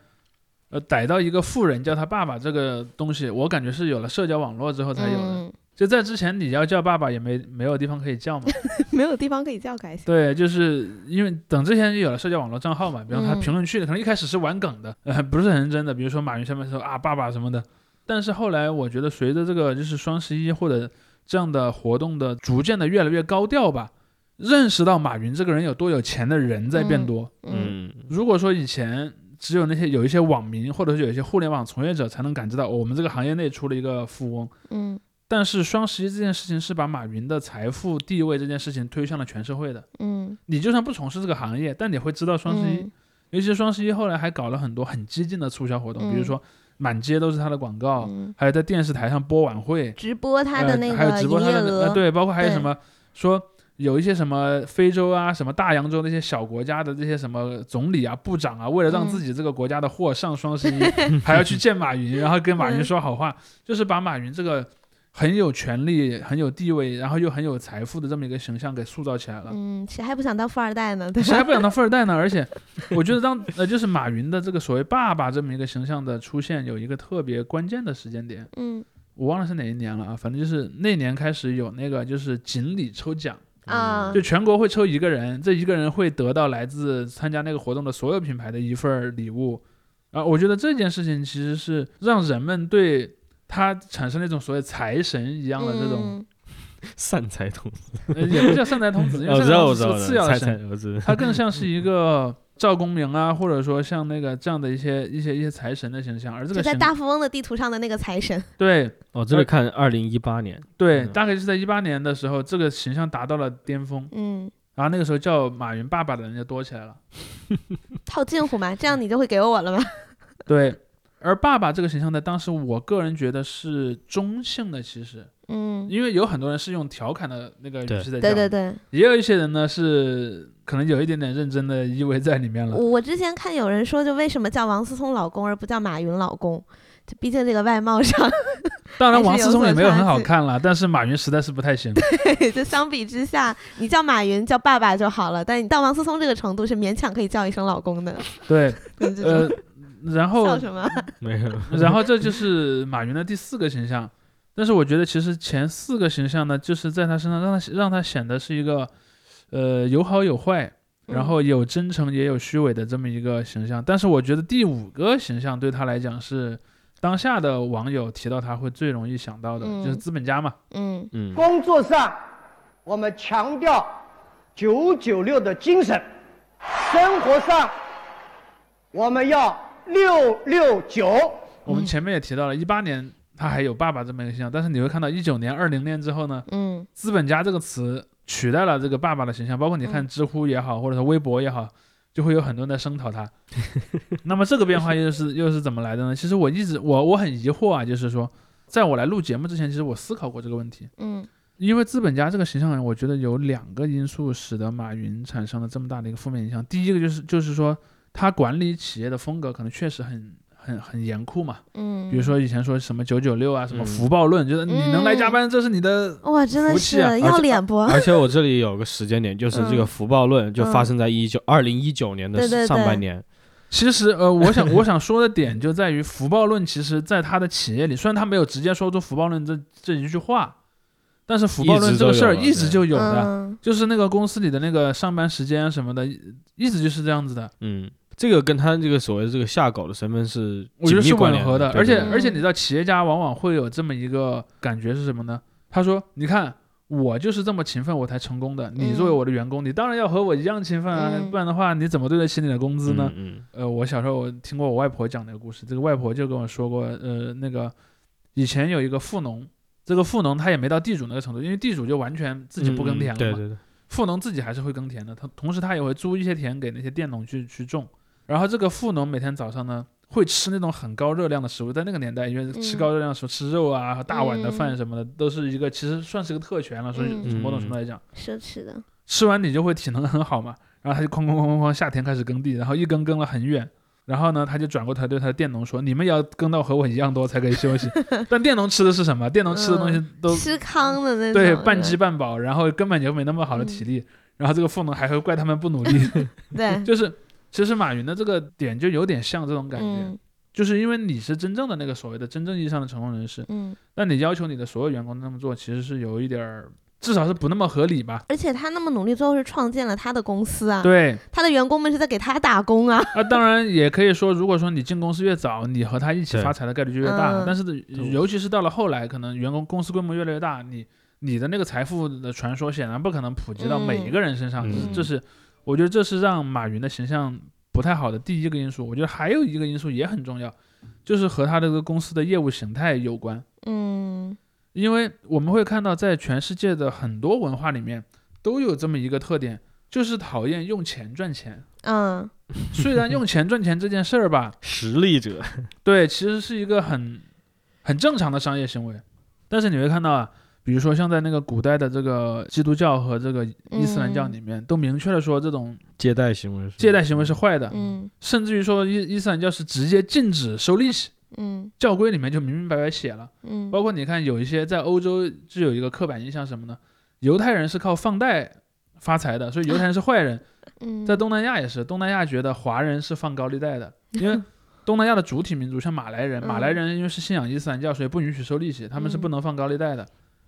[SPEAKER 3] 呃，逮到一个富人叫他爸爸这个东西，我感觉是有了社交网络之后才有的。
[SPEAKER 2] 嗯，
[SPEAKER 3] 就在之前，你要叫爸爸也没没有地方可以叫嘛。
[SPEAKER 2] 没有地方可以叫改姓，
[SPEAKER 3] 对，就是因为等之前就有了社交网络账号嘛，比方他
[SPEAKER 2] 嗯
[SPEAKER 3] 评论区里可能一开始是玩梗的，呃，不是很认真的，比如说马云上面说啊爸爸什么的，但是后来我觉得随着这个就是双十一或者这样的活动的逐渐的越来越高调吧，认识到马云这个人有多有钱的人在变多。
[SPEAKER 2] 嗯
[SPEAKER 3] 如果说以前只有那些有一些网民或者是有一些互联网从业者才能感知到、哦我们这个行业内出了一个富翁，
[SPEAKER 2] 嗯
[SPEAKER 3] 但是双十一这件事情是把马云的财富地位这件事情推向了全社会的。
[SPEAKER 2] 嗯，
[SPEAKER 3] 你就算不从事这个行业，但你会知道双十一，
[SPEAKER 2] 嗯
[SPEAKER 3] 尤其是双十一后来还搞了很多很激进的促销活动，
[SPEAKER 2] 嗯
[SPEAKER 3] 比如说满街都是他的广告，
[SPEAKER 2] 嗯
[SPEAKER 3] 还有在电视台上播晚会，
[SPEAKER 2] 直播他的那
[SPEAKER 3] 哦呃、还有
[SPEAKER 2] 个
[SPEAKER 3] 直播
[SPEAKER 2] 营
[SPEAKER 3] 他
[SPEAKER 2] 业
[SPEAKER 3] 的那、
[SPEAKER 2] 额，
[SPEAKER 3] 呃、对，包括还有
[SPEAKER 2] 对
[SPEAKER 3] 什么说有一些什么非洲啊、什么大洋洲那些小国家的这些什么总理啊、部长啊，为了让
[SPEAKER 2] 嗯
[SPEAKER 3] 自己这个国家的货上双十一， 还要去见马云，然后跟马云
[SPEAKER 2] 嗯
[SPEAKER 3] 说好话，就是把马云这个。很有权力、很有地位，然后又很有财富的这么一个形象给塑造起来了。
[SPEAKER 2] 嗯，谁还不想当富二代呢？对
[SPEAKER 3] 谁还
[SPEAKER 2] 吧？
[SPEAKER 3] 不想当富二代呢？而且，我觉得当呃，就是马云的这个所谓爸爸这么一个形象的出现，有一个特别关键的时间点，
[SPEAKER 2] 嗯
[SPEAKER 3] 我忘了是哪一年了啊，反正就是那年开始有那个就是锦鲤抽奖，
[SPEAKER 2] 啊
[SPEAKER 3] 嗯就，全国会抽一个人，这一个人会得到来自参加那个活动的所有品牌的一份儿礼物，啊、我觉得这件事情其实是让人们对他产生那种所谓财神一样的这种，
[SPEAKER 2] 嗯
[SPEAKER 1] 善财童子，
[SPEAKER 3] 呃也不叫善财童子，因为
[SPEAKER 1] 我
[SPEAKER 3] 善
[SPEAKER 1] 知
[SPEAKER 3] 财
[SPEAKER 1] 道，
[SPEAKER 3] 童
[SPEAKER 1] 我知
[SPEAKER 3] 子是
[SPEAKER 1] 道
[SPEAKER 3] 个次要
[SPEAKER 1] 哦的，
[SPEAKER 3] 的
[SPEAKER 1] 财
[SPEAKER 3] 神
[SPEAKER 1] 产，我 知道，
[SPEAKER 3] 它更像是一个赵公明啊，或者说像那个这样的一些一些一些财神的形象，而这
[SPEAKER 2] 就
[SPEAKER 3] 个
[SPEAKER 2] 在
[SPEAKER 3] 形
[SPEAKER 2] 大富翁的地图上的那个财神，
[SPEAKER 3] 对
[SPEAKER 1] 我哦这里看二零一八年，
[SPEAKER 3] 对，
[SPEAKER 1] 嗯
[SPEAKER 3] 大概是在一八年的时候，这个形象达到了巅峰，
[SPEAKER 2] 嗯，
[SPEAKER 3] 然后那个时候叫马云爸爸的人就多起来了，
[SPEAKER 2] 套近乎嘛，这样你就会给我了嘛。
[SPEAKER 3] 对，而爸爸这个形象在当时我个人觉得是中性的，其实
[SPEAKER 2] 嗯，
[SPEAKER 3] 因为有很多人是用调侃的那个语
[SPEAKER 1] 对
[SPEAKER 3] 气在讲，
[SPEAKER 2] 对对，对，
[SPEAKER 3] 也有一些人呢是可能有一点点认真的意味在里面了，
[SPEAKER 2] 我之前看有人说，就为什么叫王思聪老公而不叫马云老公？就毕竟这个外貌上，
[SPEAKER 3] 当
[SPEAKER 2] 还
[SPEAKER 3] 然
[SPEAKER 2] 是
[SPEAKER 3] 王思
[SPEAKER 2] 有
[SPEAKER 3] 聪
[SPEAKER 2] 所
[SPEAKER 3] 也没有
[SPEAKER 2] 差
[SPEAKER 3] 很好
[SPEAKER 2] 距
[SPEAKER 3] 看了，但是马云实在是不太行。
[SPEAKER 2] 就相比之下，你叫马云叫爸爸就好了，但你到王思聪这个程度是勉强可以叫一声老公的。
[SPEAKER 3] 对，
[SPEAKER 2] 对这种
[SPEAKER 3] 呃，然后
[SPEAKER 2] 笑什么？
[SPEAKER 1] 没 有，
[SPEAKER 3] 然后这就是马云的第四个形象，但是我觉得其实前四个形象呢，就是在他身上让他让他显得是一个，呃，有好有坏，然后有真诚也有虚伪的这么一个形象。但是我觉得第五个形象对他来讲是当下的网友提到他会最容易想到的，
[SPEAKER 2] 嗯
[SPEAKER 3] 就是资本家嘛。
[SPEAKER 2] 嗯
[SPEAKER 1] 嗯，
[SPEAKER 4] 工作上，我们强调“九九六”的精神；生活上，我们要“六六九
[SPEAKER 3] 我们前面也提到了，一八年他还有爸爸这么一个形象，但是你会看到一九年、二零年之后呢，
[SPEAKER 2] 嗯
[SPEAKER 3] 资本家这个词取代了这个爸爸的形象，包括你看
[SPEAKER 2] 嗯
[SPEAKER 3] 知乎也好，或者是微博也好，就会有很多人在声讨他。 那么这个变化又是又是怎么来的呢？其实我一直我我很疑惑啊，就是说，在我来录节目之前，其实我思考过这个问题。
[SPEAKER 2] 嗯
[SPEAKER 3] 因为资本家这个形象，我觉得有两个因素使得马云产生了这么大的一个负面影响。第一个就是就是说他管理企业的风格可能确实很很很严酷嘛，
[SPEAKER 2] 嗯，
[SPEAKER 3] 比如说以前说什么九九六啊，什么
[SPEAKER 1] 嗯
[SPEAKER 3] 福报论，觉得你能来加班，这是你的。
[SPEAKER 2] 哇，真的
[SPEAKER 3] 服
[SPEAKER 2] 是
[SPEAKER 3] 气啊而且
[SPEAKER 2] 要脸不？
[SPEAKER 1] 而且我这里有个时间点，就是这个
[SPEAKER 2] 嗯
[SPEAKER 1] 福报论就发
[SPEAKER 2] 嗯
[SPEAKER 1] 生在一九二零一九年的
[SPEAKER 2] 对对
[SPEAKER 1] 上
[SPEAKER 2] 对
[SPEAKER 1] 半年，
[SPEAKER 3] 其实呃，我想我想说的点就在于福报论，其实在他的企业里，虽然他没有直接说出福报论这这一句话，但是福报
[SPEAKER 1] 一
[SPEAKER 3] 论
[SPEAKER 1] 直
[SPEAKER 3] 这
[SPEAKER 1] 都
[SPEAKER 3] 个事儿
[SPEAKER 1] 有
[SPEAKER 3] 一直就有的。
[SPEAKER 2] 嗯
[SPEAKER 3] 就是那个公司里的那个上班时间什么的，一一直就是这样子的，
[SPEAKER 1] 嗯，这个跟他这个所谓的这个下狗的身份是
[SPEAKER 3] 我觉得
[SPEAKER 1] 紧密
[SPEAKER 3] 是
[SPEAKER 1] 关
[SPEAKER 3] 吻
[SPEAKER 1] 联
[SPEAKER 3] 合
[SPEAKER 1] 的，对
[SPEAKER 3] 而且
[SPEAKER 1] 对对
[SPEAKER 3] 而且你知道，企业家往往会有这么一个感觉是什么呢？他说：“你看，我就是这么勤奋，我才成功的。你作为
[SPEAKER 2] 嗯
[SPEAKER 3] 我的员工，你当然要和我一样勤奋啊，
[SPEAKER 2] 嗯
[SPEAKER 3] 不然的话，你怎么对得起你的工资呢？”
[SPEAKER 1] 嗯嗯
[SPEAKER 3] 呃，我小时候我听过我外婆讲的一个故事，这个外婆就跟我说过，呃，那个以前有一个富农，这个富农他也没到地主那个程度，因为地主就完全自己不耕
[SPEAKER 1] 嗯嗯
[SPEAKER 3] 田了嘛，
[SPEAKER 1] 对对对，
[SPEAKER 3] 富农自己还是会耕田的，他同时他也会租一些田给那些佃农去去种。然后这个富农每天早上呢，会吃那种很高热量的食物，在那个年代，因为吃
[SPEAKER 2] 嗯
[SPEAKER 3] 高热量的食物，吃肉啊、大碗的饭
[SPEAKER 2] 嗯
[SPEAKER 3] 什么的，都是一个其实算是个特权了，所以
[SPEAKER 2] 嗯
[SPEAKER 3] 从某种程度来讲，
[SPEAKER 2] 奢侈的，
[SPEAKER 3] 吃完你就会体能很好嘛。然后他就哐哐哐哐哐，夏天开始耕地，然后一耕耕了很远。然后呢，他就转过头对他的佃农说：“你们也要耕到和我一样多才可以休 息。”但佃农吃的是什么？佃农吃的东西都
[SPEAKER 2] 嗯吃糠的那种，嗯
[SPEAKER 3] 对，半饥
[SPEAKER 2] 鸡，
[SPEAKER 3] 半饱，然后根本就没那么好的体力，然后这个父母还会怪他们不努 力，
[SPEAKER 2] 对，
[SPEAKER 3] 就是其实马云的这个点就有点像这种感觉，
[SPEAKER 2] 嗯
[SPEAKER 3] 就是因为你是真正的那个所谓的真正意义上的成功人士，
[SPEAKER 2] 嗯，
[SPEAKER 3] 那你要求你的所有员工这么做，其实是有一点儿，至少是不那么合理吧？
[SPEAKER 2] 而且他那么努力，最后是创建了他的公司啊，
[SPEAKER 3] 对，
[SPEAKER 2] 他的员工们是在给他打工啊，
[SPEAKER 3] 啊，当然也可以说，如果说你进公司越早，你和他一起
[SPEAKER 1] 对
[SPEAKER 3] 发财的概率就越大。
[SPEAKER 2] 嗯
[SPEAKER 3] 但是的尤其是到了后来，可能员工公司规模越来越大，你你的那个财富的传说显然不可能普及到每一个人身上。
[SPEAKER 1] 嗯
[SPEAKER 3] 这是我觉得这是让马云的形象不太好的第一个因素。我觉得还有一个因素也很重要，就是和他这个公司的业务形态有关。
[SPEAKER 2] 嗯
[SPEAKER 3] 因为我们会看到，在全世界的很多文化里面都有这么一个特点，就是讨厌用钱赚钱。
[SPEAKER 2] 嗯
[SPEAKER 3] 虽然用钱赚钱这件事儿吧，
[SPEAKER 1] 实力者，
[SPEAKER 3] 对，其实是一个很很正常的商业行为。但是你会看到啊，比如说像在那个古代的这个基督教和这个伊斯兰
[SPEAKER 2] 嗯
[SPEAKER 3] 教里面，都明确的说这种
[SPEAKER 1] 借贷行为，
[SPEAKER 3] 借贷行为是坏的，
[SPEAKER 2] 嗯
[SPEAKER 3] 甚至于说伊伊斯兰教是直接禁止收利息，
[SPEAKER 2] 嗯
[SPEAKER 3] 教规里面就明明白白写了。
[SPEAKER 2] 嗯，
[SPEAKER 3] 包括你看有一些在欧洲就有一个刻板印象什么呢？犹太人是靠放贷发财的，所以犹太人是坏人。
[SPEAKER 2] 嗯
[SPEAKER 3] 在东南亚也是，东南亚觉得华人是放高利 贷的，因为东南亚的主体民族像马来人，
[SPEAKER 2] 嗯
[SPEAKER 3] 马来人因为是信仰伊斯兰教，所以不允许收利息，他们是不能放高利贷的。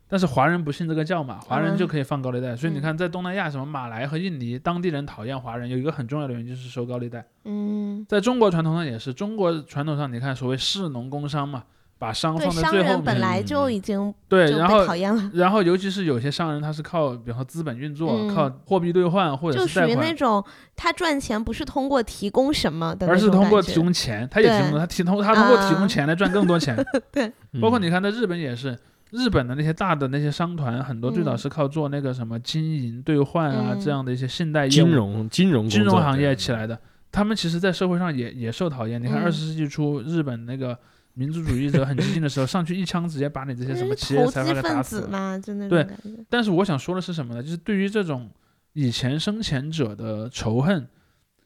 [SPEAKER 3] 但是华人不信这个教嘛，华人
[SPEAKER 2] 嗯
[SPEAKER 3] 就可以放高利贷，所以你看，在东南亚，什么马来和印尼，当地人讨厌华人，有一个很重要的原因就是收高利贷。
[SPEAKER 2] 嗯，
[SPEAKER 3] 在中国传统上也是，中国传统上你看所谓士农工商嘛，把商
[SPEAKER 2] 对，
[SPEAKER 3] 放在
[SPEAKER 2] 商
[SPEAKER 3] 最后
[SPEAKER 2] 人本
[SPEAKER 3] 面，嗯
[SPEAKER 2] 来就已经
[SPEAKER 3] 对，
[SPEAKER 2] 就
[SPEAKER 3] 然
[SPEAKER 2] 被
[SPEAKER 3] 后
[SPEAKER 2] 讨厌了，
[SPEAKER 3] 然后尤其是有些商人他是靠，比方说资本运作，
[SPEAKER 2] 嗯
[SPEAKER 3] 靠货币兑换或者
[SPEAKER 2] 就是属
[SPEAKER 3] 贷
[SPEAKER 2] 于
[SPEAKER 3] 款，
[SPEAKER 2] 那种他赚钱不是通过提供什么的那
[SPEAKER 3] 而
[SPEAKER 2] 种感觉，
[SPEAKER 3] 是通过提供钱，他也提供，
[SPEAKER 2] 对
[SPEAKER 3] 他提通他通过提供
[SPEAKER 2] 啊
[SPEAKER 3] 钱来赚更多 钱。
[SPEAKER 1] 嗯
[SPEAKER 3] 包括你看，在日本也是，日本的那些大的那些商团，很多最早是靠做那个什么金银兑换啊、
[SPEAKER 2] 嗯
[SPEAKER 3] 这样的一些信贷业务、
[SPEAKER 1] 金融金融
[SPEAKER 3] 金
[SPEAKER 1] 工作
[SPEAKER 3] 融行
[SPEAKER 1] 者嗯
[SPEAKER 3] 业起来的。他们其实，在社会上也也受讨厌。你
[SPEAKER 2] 嗯
[SPEAKER 3] 看，二十世纪初日本那个民族主义者很激进的时候，上去一枪直接把你这些什么
[SPEAKER 2] 就是
[SPEAKER 3] 企业
[SPEAKER 2] 投
[SPEAKER 3] 财阀给
[SPEAKER 2] 机
[SPEAKER 3] 打
[SPEAKER 2] 分
[SPEAKER 3] 死
[SPEAKER 2] 子
[SPEAKER 3] 了。
[SPEAKER 2] 嘛，就那
[SPEAKER 3] 对
[SPEAKER 2] 种感觉，
[SPEAKER 3] 但是我想说的是什么呢？就是对于这种以前生前者的仇恨，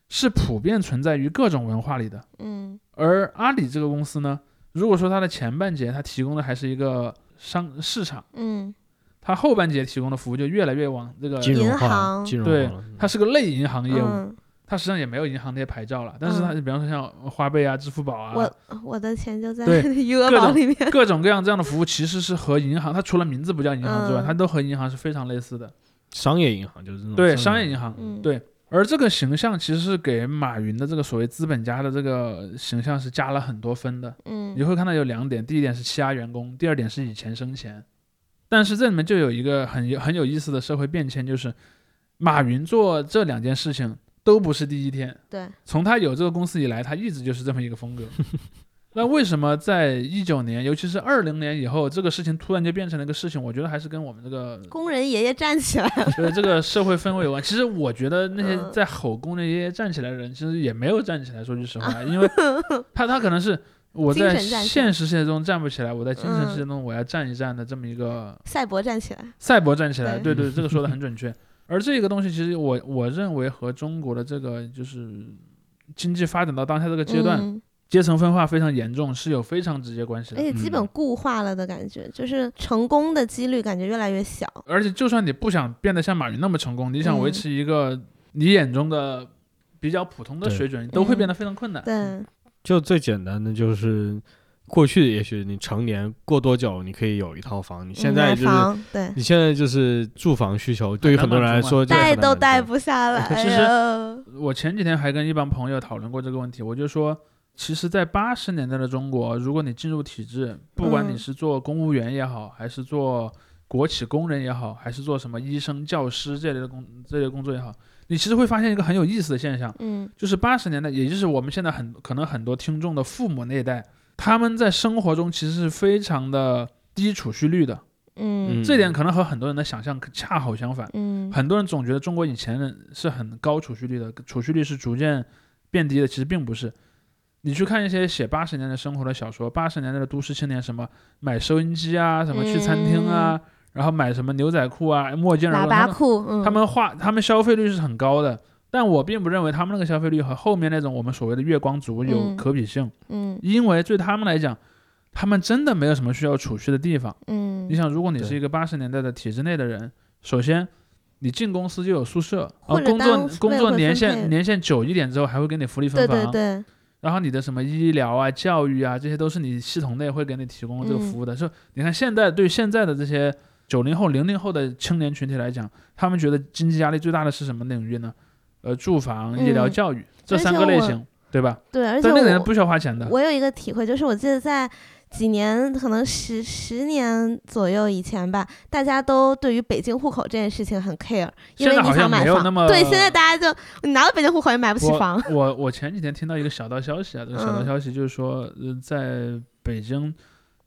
[SPEAKER 3] 是普遍存在于各种文化里的。
[SPEAKER 2] 嗯
[SPEAKER 3] 而阿里这个公司呢，如果说它的前半截它提供的还是一个商市场，
[SPEAKER 2] 嗯
[SPEAKER 3] 它后半截提供的服务就越来越往这个，
[SPEAKER 1] 金融
[SPEAKER 2] 银
[SPEAKER 1] 化，
[SPEAKER 2] 行
[SPEAKER 1] 金融
[SPEAKER 3] 对
[SPEAKER 1] 化了
[SPEAKER 3] 它是个类银行业务，
[SPEAKER 2] 嗯，
[SPEAKER 3] 它实际上也没有银行那些牌照了，但是它比方说像花呗啊、支付宝啊，
[SPEAKER 2] 我我的钱就在
[SPEAKER 3] 对
[SPEAKER 2] 余额
[SPEAKER 3] 各
[SPEAKER 2] 宝
[SPEAKER 3] 种
[SPEAKER 2] 里面，
[SPEAKER 3] 各种各样这样的服务其实是和银行，它除了名字不叫银行之外，
[SPEAKER 2] 嗯
[SPEAKER 3] 它都和银行是非常类似的。
[SPEAKER 1] 商业银行就是这种
[SPEAKER 3] 对，商业银行，
[SPEAKER 2] 嗯，
[SPEAKER 3] 对而这个形象其实是给马云的这个所谓资本家的这个形象是加了很多分的。你
[SPEAKER 2] 嗯
[SPEAKER 3] 会看到有两点，第一点是欺压员工，第二点是以钱生钱。但是这里面就有一个很有很有意思的社会变迁，就是马云做这两件事情都不是第一天，
[SPEAKER 2] 对，
[SPEAKER 3] 从他有这个公司以来，他一直就是这么一 个风格。那为什么在一九年，尤其是二零年以后，这个事情突然就变成了一个事情？我觉得还是跟我们 这个
[SPEAKER 2] 工人爷爷站起来 了，
[SPEAKER 3] 对这个社会氛围有关。其实我觉得那些
[SPEAKER 2] 嗯
[SPEAKER 3] 在吼“工人爷爷站起来”的人，其实也没有站起来。说句实话，因为他他可能是我在
[SPEAKER 2] 精神战士
[SPEAKER 3] 现实世界中站不起来，我在精神
[SPEAKER 2] 嗯
[SPEAKER 3] 世界中我要站一站的这么一个
[SPEAKER 2] 赛博站起来，
[SPEAKER 3] 赛博站起来，对
[SPEAKER 1] 对
[SPEAKER 3] 对，这个说的 很准确。而这个东西，其实我我认为和中国的这个就是经济发展到当下这个阶段，
[SPEAKER 2] 嗯哎
[SPEAKER 3] 阶层分化非常严重，是有非常直接关系
[SPEAKER 2] 而且
[SPEAKER 3] 的。
[SPEAKER 2] 基本
[SPEAKER 1] 嗯
[SPEAKER 2] 固化了的感觉，就是成功的几率感觉越来越小。
[SPEAKER 3] 而且，就算你不想变得像马云那么成功，你想维
[SPEAKER 2] 嗯
[SPEAKER 3] 持一个你眼中的比较普通的
[SPEAKER 1] 对
[SPEAKER 3] 水准，都
[SPEAKER 2] 嗯
[SPEAKER 3] 会变得非常困难。
[SPEAKER 2] 对，
[SPEAKER 1] 就最简单的就是，过去也许你成年过多久你可以有一套房，你现在
[SPEAKER 2] 嗯买
[SPEAKER 1] 就是、
[SPEAKER 2] 房对，
[SPEAKER 1] 你现在就是住房需求，对于很多人来说就是
[SPEAKER 2] 贷
[SPEAKER 1] 很难
[SPEAKER 2] 都
[SPEAKER 1] 满
[SPEAKER 2] 贷
[SPEAKER 1] 足
[SPEAKER 2] 不下来。
[SPEAKER 3] 其实
[SPEAKER 2] 哎呦
[SPEAKER 3] 我前几天还跟一帮朋友讨论过这个问题，我就说，其实，在八十年代的中国，如果你进入体制，不管你
[SPEAKER 2] 嗯
[SPEAKER 3] 是做公务员也好，还是做国企工人也好，还是做什么医生、教师这类的工这类工作也好，你其实会发现一个很有意思的现象，
[SPEAKER 2] 嗯
[SPEAKER 3] 就是八十年代，也就是我们现在很可能很多听众的父母那一代，他们在生活中其实是非常的低储蓄率的，
[SPEAKER 2] 嗯
[SPEAKER 1] 嗯
[SPEAKER 3] 这点可能和很多人的想象可恰好相反。
[SPEAKER 2] 嗯，
[SPEAKER 3] 很多人总觉得中国以前人是很高储蓄率的，储蓄率是逐渐变低的，其实并不是。你去看一些写八十年代生活的小说，八十年代的都市青年，什么买收音机啊，什么去餐厅啊，然后买什么牛仔裤啊、墨镜
[SPEAKER 2] 嗯喇
[SPEAKER 3] 啊，他
[SPEAKER 2] 叭
[SPEAKER 3] 们
[SPEAKER 2] 裤，嗯，
[SPEAKER 3] 他们花他们消费率是很高的，但我并不认为他们那个消费率和后面那种我们所谓的月光族有
[SPEAKER 2] 嗯
[SPEAKER 3] 可比性，
[SPEAKER 2] 嗯
[SPEAKER 3] 因为对他们来讲，他们真的没有什么需要储蓄的地方。
[SPEAKER 2] 嗯，
[SPEAKER 3] 你想，如果你
[SPEAKER 1] 对
[SPEAKER 3] 是一个八十年代的体制内的人，首先你进公司就有宿舍，
[SPEAKER 2] 或
[SPEAKER 3] 呃，
[SPEAKER 2] 者
[SPEAKER 3] 工
[SPEAKER 2] 单
[SPEAKER 3] 作
[SPEAKER 2] 位会
[SPEAKER 3] 工作
[SPEAKER 2] 分
[SPEAKER 3] 年
[SPEAKER 2] 配
[SPEAKER 3] 限年限久一点之后还会给你福利分
[SPEAKER 2] 对
[SPEAKER 3] 房，
[SPEAKER 2] 对对，
[SPEAKER 3] 然后你的什么医疗啊、教育啊，这些都是你系统内会给你提供
[SPEAKER 2] 嗯
[SPEAKER 3] 这个服务的。就、你看现在对现在的这些九零后、零零后的青年群体来讲，他们觉得经济压力最大的是什么领域呢？呃，住房、医疗、
[SPEAKER 2] 嗯
[SPEAKER 3] 教育这
[SPEAKER 2] 而
[SPEAKER 3] 三
[SPEAKER 2] 且
[SPEAKER 3] 个类
[SPEAKER 2] 我
[SPEAKER 3] 型，对吧？
[SPEAKER 2] 对，而且
[SPEAKER 3] 但那个人
[SPEAKER 2] 我
[SPEAKER 3] 不需要花钱的。
[SPEAKER 2] 我有一个体会，就是我记得在几年，可能十十年左右以前吧，大家都对于北京户口这件事情很 care，因
[SPEAKER 3] 现
[SPEAKER 2] 为
[SPEAKER 3] 在好
[SPEAKER 2] 你
[SPEAKER 3] 像
[SPEAKER 2] 想买
[SPEAKER 3] 没有那
[SPEAKER 2] 房。
[SPEAKER 3] 么
[SPEAKER 2] 对，现在大家就你拿了北京户口也买不起房。
[SPEAKER 3] 我我我前几天听到一个小道消息啊，这个小道
[SPEAKER 2] 嗯
[SPEAKER 3] 消息就是说，呃，在北京，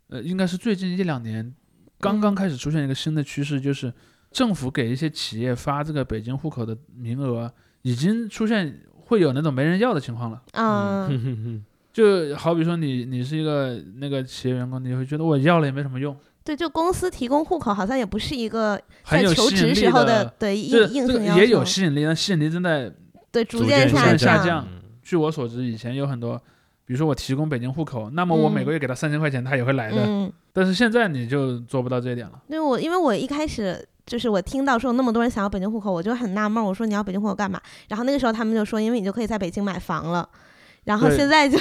[SPEAKER 3] 呃，应该是最近一两年刚
[SPEAKER 2] 嗯
[SPEAKER 3] 刚开始出现一个新的趋势，就是政府给一些企业发这个北京户口的名额，啊已经出现会有那种没人要的情况了。
[SPEAKER 2] 嗯，
[SPEAKER 1] 嗯，
[SPEAKER 3] 就好比说你你是一个那个企业员工，你会觉得我要了也没什么用，
[SPEAKER 2] 对，就公司提供户口好像也不是一个
[SPEAKER 3] 很
[SPEAKER 2] 在
[SPEAKER 3] 有
[SPEAKER 2] 求
[SPEAKER 3] 吸引
[SPEAKER 2] 职
[SPEAKER 3] 力
[SPEAKER 2] 时候
[SPEAKER 3] 的。
[SPEAKER 2] 对
[SPEAKER 3] 这
[SPEAKER 2] 硬硬
[SPEAKER 3] 这
[SPEAKER 2] 性
[SPEAKER 3] 个
[SPEAKER 2] 要
[SPEAKER 3] 也有
[SPEAKER 2] 求，
[SPEAKER 3] 吸引力，但吸引力正在
[SPEAKER 2] 对，
[SPEAKER 1] 逐
[SPEAKER 2] 渐
[SPEAKER 3] 下
[SPEAKER 2] 降。
[SPEAKER 3] 降
[SPEAKER 1] 嗯
[SPEAKER 3] 据我所知，以前有很多，比如说我提供北京户口，那么我
[SPEAKER 2] 嗯
[SPEAKER 3] 每个月给他三千块钱，他也会来的。
[SPEAKER 2] 嗯，
[SPEAKER 3] 但是现在你就做不到这一点了。
[SPEAKER 2] 对我，因为我一开始就是我听到说有那么多人想要北京户口，我就很纳闷儿，我说你要北京户口干嘛？然后那个时候他们就说，因为你就可以在北京买房了。然后
[SPEAKER 3] 对
[SPEAKER 2] 现在就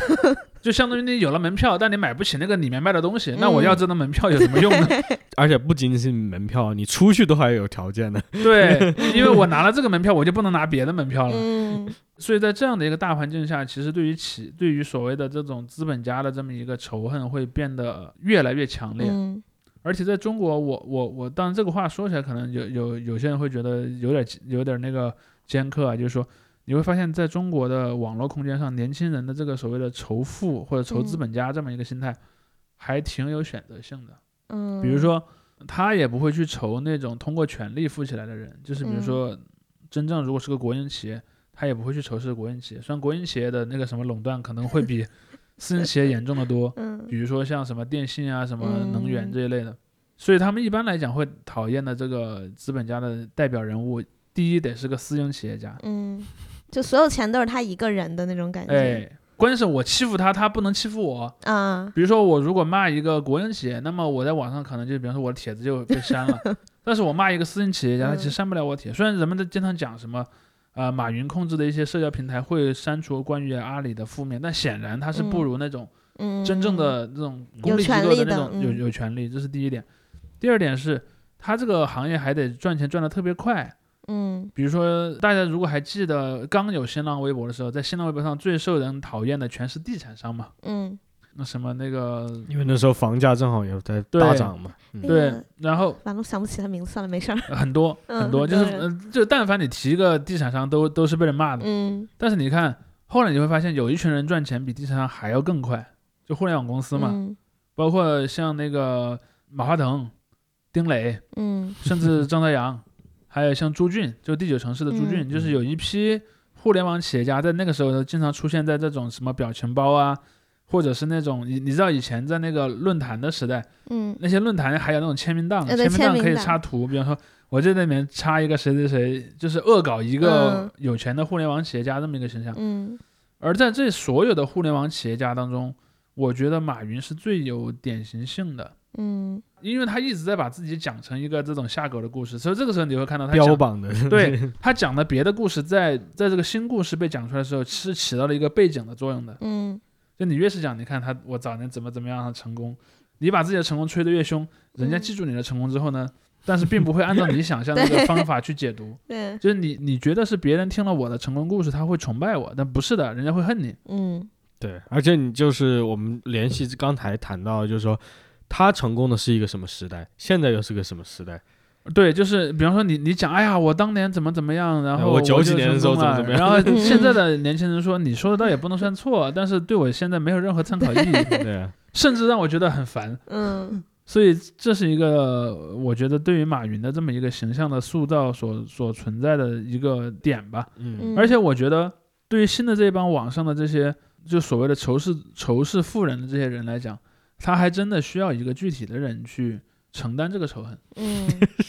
[SPEAKER 3] 就相当于你有了门票，但你买不起那个里面卖的东西，那
[SPEAKER 2] 嗯
[SPEAKER 3] 我要这张门票有什么用呢？
[SPEAKER 1] 而且不仅仅是门票，你出去都还有条件的。
[SPEAKER 3] 对，因为我拿了这个门票，我就不能拿别的门票了。
[SPEAKER 2] 嗯
[SPEAKER 3] 所以在这样的一个大环境下，其实对于企对于所谓的这种资本家的这么一个仇恨会变得越来越强烈。
[SPEAKER 2] 嗯
[SPEAKER 3] 而且在中国，我我我，当然这个话说起来，可能有有有些人会觉得有点有点那个尖刻啊，就是说你会发现在中国的网络空间上，年轻人的这个所谓的仇富或者仇资本家这么一个心态，还挺有选择性的。
[SPEAKER 2] 嗯，
[SPEAKER 3] 比如说，他也不会去仇那种通过权力富起来的人，就是比如说，真正如果是个国营企业，他也不会去仇视国营企业，虽然国营企业的那个什么垄断可能会比私人企业严重的多。
[SPEAKER 2] 嗯
[SPEAKER 3] 比如说像什么电信啊、什么能源
[SPEAKER 2] 嗯
[SPEAKER 3] 这一类的。所以他们一般来讲会讨厌的这个资本家的代表人物，第一得是个私营企业家，
[SPEAKER 2] 嗯，就所有钱都是他一个人的那种感觉。
[SPEAKER 3] 哎，关键是我欺负他，他不能欺负我。
[SPEAKER 2] 啊，
[SPEAKER 3] 比如说我如果骂一个国营企业，那么我在网上可能就比方说我的帖子就被删 了，但是我骂一个私营企业家，他其实
[SPEAKER 2] 嗯
[SPEAKER 3] 删不了我帖。虽然人们都经常讲什么。呃，马云控制的一些社交平台会删除关于阿里的负面，但显然他是不
[SPEAKER 2] 嗯
[SPEAKER 3] 如那种
[SPEAKER 2] 嗯，
[SPEAKER 3] 真正的这种公
[SPEAKER 2] 有
[SPEAKER 3] 立机
[SPEAKER 2] 权
[SPEAKER 3] 构的
[SPEAKER 2] 利
[SPEAKER 3] 那
[SPEAKER 2] 的
[SPEAKER 3] 种有
[SPEAKER 2] 嗯
[SPEAKER 3] 有权利，这是第一点。第二点是，他这个行业还得赚钱赚得特别快。
[SPEAKER 2] 嗯
[SPEAKER 3] 比如说，大家如果还记得刚有新浪微博的时候，在新浪微博上最受人讨厌的全是地产商嘛，
[SPEAKER 2] 嗯
[SPEAKER 3] 那什么那个
[SPEAKER 1] 因为那时候房价正好也在
[SPEAKER 3] 对
[SPEAKER 1] 大涨嘛，嗯
[SPEAKER 2] 那
[SPEAKER 3] 对
[SPEAKER 2] 个，
[SPEAKER 3] 然 后
[SPEAKER 2] 完了，我想不起他名字，算了，没事儿。
[SPEAKER 3] 呃很多
[SPEAKER 2] 嗯
[SPEAKER 3] 很多
[SPEAKER 2] 很
[SPEAKER 3] 就是
[SPEAKER 2] 多人
[SPEAKER 3] 呃就但凡你提一个地产商，都都是被人骂的。
[SPEAKER 2] 嗯
[SPEAKER 3] 但是你看后来你会发现，有一群人赚钱比地产商还要更快，就互联网公司嘛，
[SPEAKER 2] 嗯
[SPEAKER 3] 包括像那个马化腾、丁磊。
[SPEAKER 2] 嗯
[SPEAKER 3] 甚至张朝阳，还有像朱俊，就第九城市的朱俊，
[SPEAKER 1] 嗯
[SPEAKER 3] 就是有一批互联网企业家在那个时候经常出现在这种什么表情包啊、或者是那种你你知道以前在那个论坛的时代，
[SPEAKER 2] 嗯，
[SPEAKER 3] 那些论坛还有那种签名档，
[SPEAKER 2] 有的
[SPEAKER 3] 签档
[SPEAKER 2] 呃签名
[SPEAKER 3] 可以
[SPEAKER 2] 档
[SPEAKER 3] 插图，比方说我这里面插一个谁谁谁，就是恶搞一个
[SPEAKER 2] 嗯
[SPEAKER 3] 有钱的互联网企业家这么一个形象。
[SPEAKER 2] 嗯
[SPEAKER 3] 而在这所有的互联网企业家当中，我觉得马云是最有典型性的。
[SPEAKER 2] 嗯
[SPEAKER 3] 因为他一直在把自己讲成一个这种下狗的故事，所以这个时候你会看到他
[SPEAKER 1] 标
[SPEAKER 3] 讲
[SPEAKER 1] 榜的，
[SPEAKER 3] 对他讲的别的故事在，在这个新故事被讲出来的时候，是起到了一个背景的作用的。
[SPEAKER 2] 嗯
[SPEAKER 3] 就你越是讲，你看他我早年怎么怎么样的成功，你把自己的成功吹得越凶，人家
[SPEAKER 2] 嗯
[SPEAKER 3] 记住你的成功之后呢，但是并不会按照你想象的那个方法去解读。
[SPEAKER 2] 对，
[SPEAKER 3] 就是你你觉得是别人听了我的成功故事，他会崇拜我，但不是的，人家会恨你。
[SPEAKER 2] 嗯
[SPEAKER 1] 对，而且你就是我们联系刚才谈到，就是说他成功的是一个什么时代，现在又是个什么时代？
[SPEAKER 3] 对，就是比方说你你讲，哎呀，我当年怎么怎么样，然后
[SPEAKER 1] 哎我九几
[SPEAKER 3] 就
[SPEAKER 1] 年的
[SPEAKER 3] 成
[SPEAKER 1] 时候
[SPEAKER 3] 功
[SPEAKER 1] 怎么
[SPEAKER 3] 了
[SPEAKER 1] 怎么样
[SPEAKER 3] 然后
[SPEAKER 2] 嗯
[SPEAKER 3] 现在的年轻人说，你说的倒也不能算错，但是对我现在没有任何参考意义，
[SPEAKER 1] 对啊，
[SPEAKER 3] 甚至让我觉得很烦。
[SPEAKER 2] 嗯
[SPEAKER 3] 所以这是一个我觉得对于马云的这么一个形象的塑造所所存在的一个点吧。
[SPEAKER 1] 嗯
[SPEAKER 2] 嗯，
[SPEAKER 3] 而且我觉得对于新的这帮网上的这些就所谓的仇视仇视富人的这些人来讲，他还真的需要一个具体的人去承担这个仇恨。
[SPEAKER 2] 嗯，